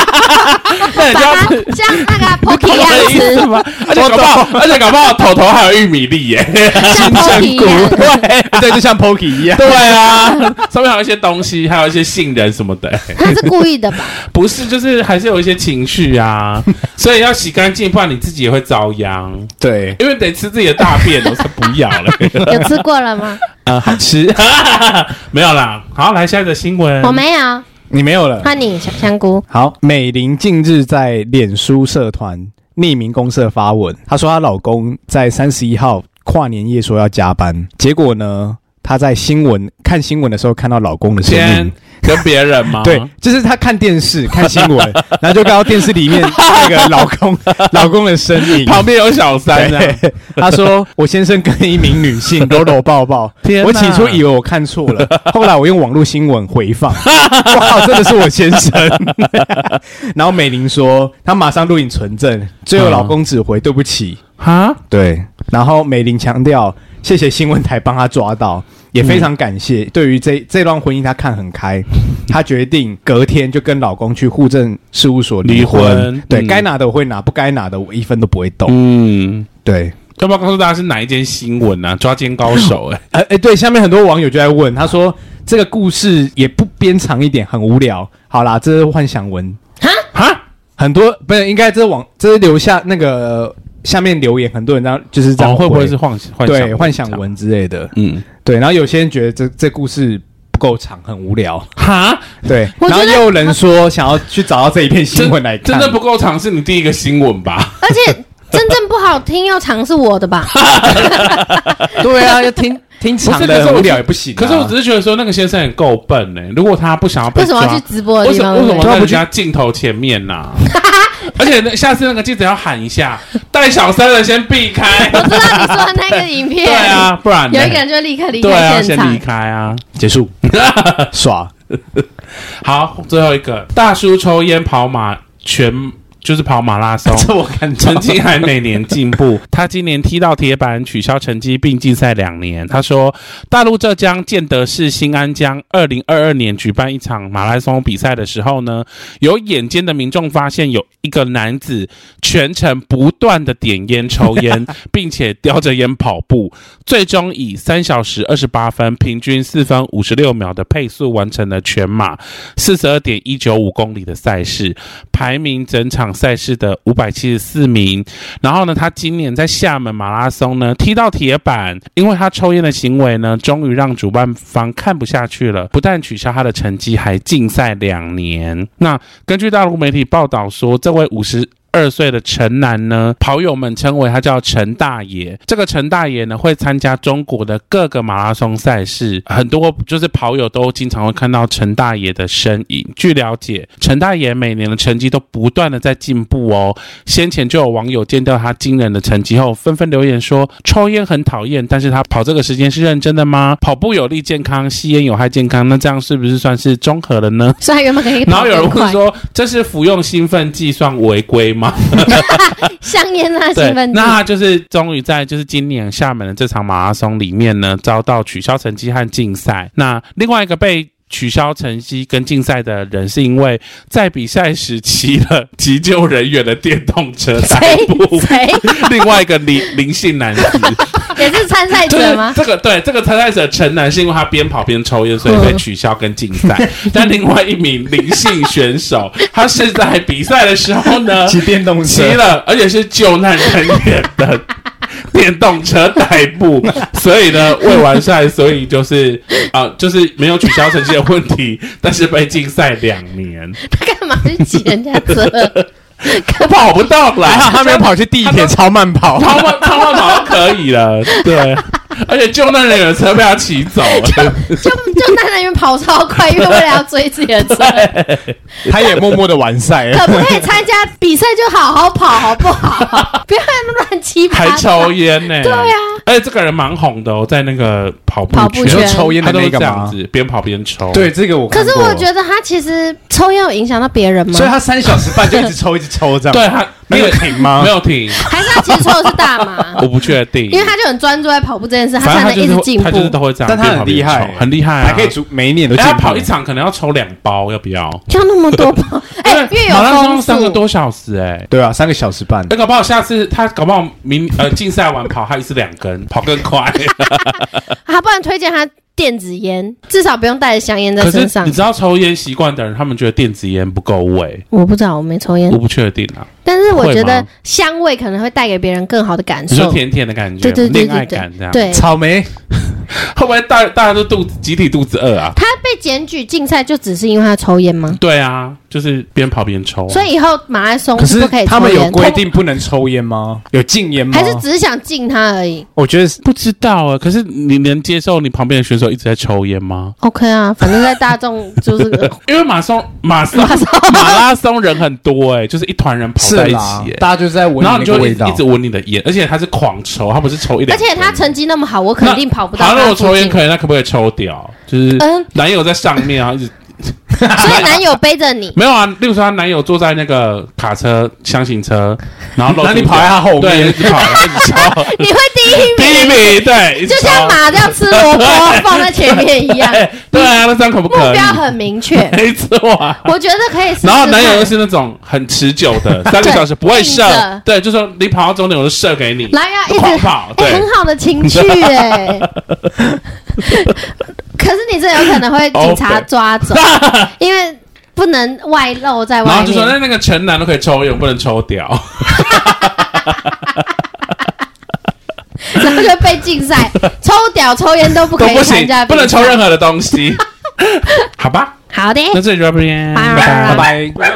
啊 把那你就要它自己像那个 Pocky 一懂我的意思样吗？而且搞不好，而且搞不好头头还有玉米粒耶，吃，像 Pocky 一样。对。对，就像 Pokey 一 样。对啊，上面还有一些东西，还有一些杏仁什么的、他是故意的吧？ 不是，就是还是有一些情绪 啊，所以要洗干净，不然你自己也会遭殃，对，因为得吃自己的大便，我才不要 了。有吃过了吗？啊，好吃，没有啦。好，来下一则新闻，我没嗯有。你没有了。换你，小香菇。好，美玲近日在脸书社团匿名公社发文，她说她老公在三十一号跨年夜说要加班，结果呢，她在新闻看新闻的时候看到老公的身先影。跟别人吗？对，就是她看电视看新 闻，然后就看到电视里面那个老公老公的身影。旁边有小三啊， 对，她说我先生跟一名女性搂搂抱抱， 天哪我起初以为我看错 了，后来我用网络新闻回放，哇，真的是我先生。 然后美玲说，她马上录影存证，最后老公只回嗯对不起。哈，对，然后美玲强调，谢谢新闻台帮她抓到，也非常感嗯谢。对于这这段婚姻，她看很开，她决定隔天就跟老公去户政事务所离婚。离婚对、嗯该拿的我会拿，不该拿的我一分都不会动。嗯，对，要不要告诉大家是哪一间新闻啊？抓奸高手、欸，哎，哎、哎，对，下面很多网友就在问，他说这个故事也不编长一点，很无聊。好啦，这是幻想文，哈，很多不是应该这是网这是留下那个下面留言，很多人这样就是这样哦，回、会不会是幻幻想对幻想？文之类的？嗯，对，然后有些人觉得这这故事不够长，很无聊。哈，对，我然后觉得又有人说想要去找到这一篇新闻来真看，的不够长，是你第一个新闻 吧？而且真正不好听又长是我的 吧？对啊，要听听长不是可的是我很无聊也不行啊、可是我只是觉得说那个先生很够笨呢、如果他不想要被为什么抓要，去直播的为地什方？么为什么对在人家镜头前面呐、 而且那下次那个记者要喊一下，带小三的先避 开。不对？我知道你说的那个影片，对啊，不然呢有一个人就立刻离对啊，开先现场离。开啊。结 束，耍。好，最后一个大叔抽烟跑马全就是跑马拉松 这我 看成真绩还每年进步， 他今年踢到铁板，取消成绩并禁赛两年。他说，大陆浙江建德市新安江二零二二年举办一场马拉松比赛的时候呢，有眼尖的民众发现有一个男子全程不断的点烟抽烟，并且叼着烟跑步，最终以三小时二十八分，平均四分五十六秒的配速完成了全马四十二点一九五公里的赛事，排名整场场赛事的五百七十四名。然后呢，他今年在厦门马拉松呢踢到铁板，因为他抽烟的行为呢，终于让主办方看不下去了，不但取消他的成绩，还禁赛两年。那根据大陆媒体报道说，这位五十。二岁的陈楠呢，跑友们称为他叫陈大爷。这个陈大爷呢，会参加中国的各个马拉松赛事，很多就是跑友都经常会看到陈大爷的身影。据了解，陈大爷每年的成绩都不断的在进步哦。先前就有网友见到他惊人的成绩后，纷纷留言说：“抽烟很讨厌，但是他跑这个时间是认真的吗？跑步有利健康，吸烟有害健康，那这样是不是算是综合了呢？”所以他原本可以然跑后有人更会快，说，这是服用兴奋剂算违规吗？香烟啊，对兴奋，剂那他就是终于在就是今年厦门的这场马拉松里面呢，遭到取消成绩和竞赛。那另外一个被取消成绩跟竞赛的人，是因为在比赛时骑了急救人员的电动车代步谁。谁另外一个林林姓男子，也是参赛就者是吗？这个对这个参赛者陈楠是因为他边跑边抽烟，所以被取消跟禁赛。但另外一名林姓选手，他是在比赛的时候 呢，骑电动车骑，了，而且是救难人员的电动车代步，所以呢未完赛，所以就是啊、就是没有取消成绩的问题， 但是被禁赛两年，他干嘛去挤人家 车？跑不动了，还 好他没有跑去地铁超慢跑，超 慢超慢跑就可以了，对，而且救难人员的车被他骑走了，就就在那边跑超快，因为为了要追自己的 车。他也默默的完赛。可不可以参加比赛就好好跑，好不好？不要乱七八还糟。抽烟呢、对啊，而且这个人蛮红的哦，在那个跑步跑步圈 你说圈抽烟他的都是那这个样吗？子边跑边抽，啊对，这个我可看是过。我觉得他其实抽烟有影响到别人吗所以？他三小时半就一直抽，一直抽这样。对，他啊没有因为停吗没？有停，还是他其实抽的是大麻？ 我不确定，因为他就很专注在跑步这件事，反才能正就一是直会进步他。就是都会这样，但他边跑很边厉害抽很厉害、啊，还可以逐每一年都哎进他步跑一场可能要抽两包，要不要？要那么多跑， 哎，因为有马拉松风三个速，多小时、哎。对啊，三个小时半哎，。搞不好下次他搞不好明呃竞赛完跑，他一次两根，跑更 快。他啊不然推荐他电子烟，至少不用带着香烟在可身是上你。知道抽烟习惯的人，他们觉得电子烟不够味，我不知道，我没抽烟我，不确定啊。但是我觉会得吗香味可能会带给别人更好的感你说受。甜甜的感觉，对对对恋对爱对感这样，，对，草莓，会不会大大家都肚子集体肚子饿啊？他被检举竞赛就只是因为他抽烟吗？对啊，就是边跑边抽啊。所以以后马拉松可是哦不可以他抽们有烟，规定不能抽烟吗？有禁烟吗？还是只是想禁他而已我觉得是不知道啊，可是你能接受你旁边的选手一直在抽烟吗？ ？OK 啊，反正在大众 就是因为马松马松 马拉松人很多哎、就是一团人跑是在一啦起、欸，大家就是在闻然后那你个就味一直道一。直闻你的烟，而且他是狂抽，他不是抽一两而根，且他成绩那么好，我肯定跑不到好，那他我附抽烟近。可以，那可不可以抽掉？就是嗯，男友在上面啊，一直所以男友背着 你，没有啊。例如说，她男友坐在那个卡车箱型 车，然后露那出你跑在脚他后对，一面，直跑，一直抽，你会第一第一名，名对，一直就像抽马这样吃萝卜放在前面一样，对对啊，那这 样可不目可以。标？很明确没错啊。 我觉得可以试试然看。后男友又是那种很持久 的，三个小时不会射硬的，对，就说你跑到终点我就射给你，来呀，一狂直跑，哎，哦对，很好的情趣哎。 可是你这有可能会警察抓走，因为不能外露在哦然外后就说哎面。那那个全男都可以抽烟，我不能抽掉，然后就被禁赛，抽屌、抽烟都不都可以不参行加，比赛，不 能抽任何的东西，好吧？好的，那这里就到这边，拜拜拜拜。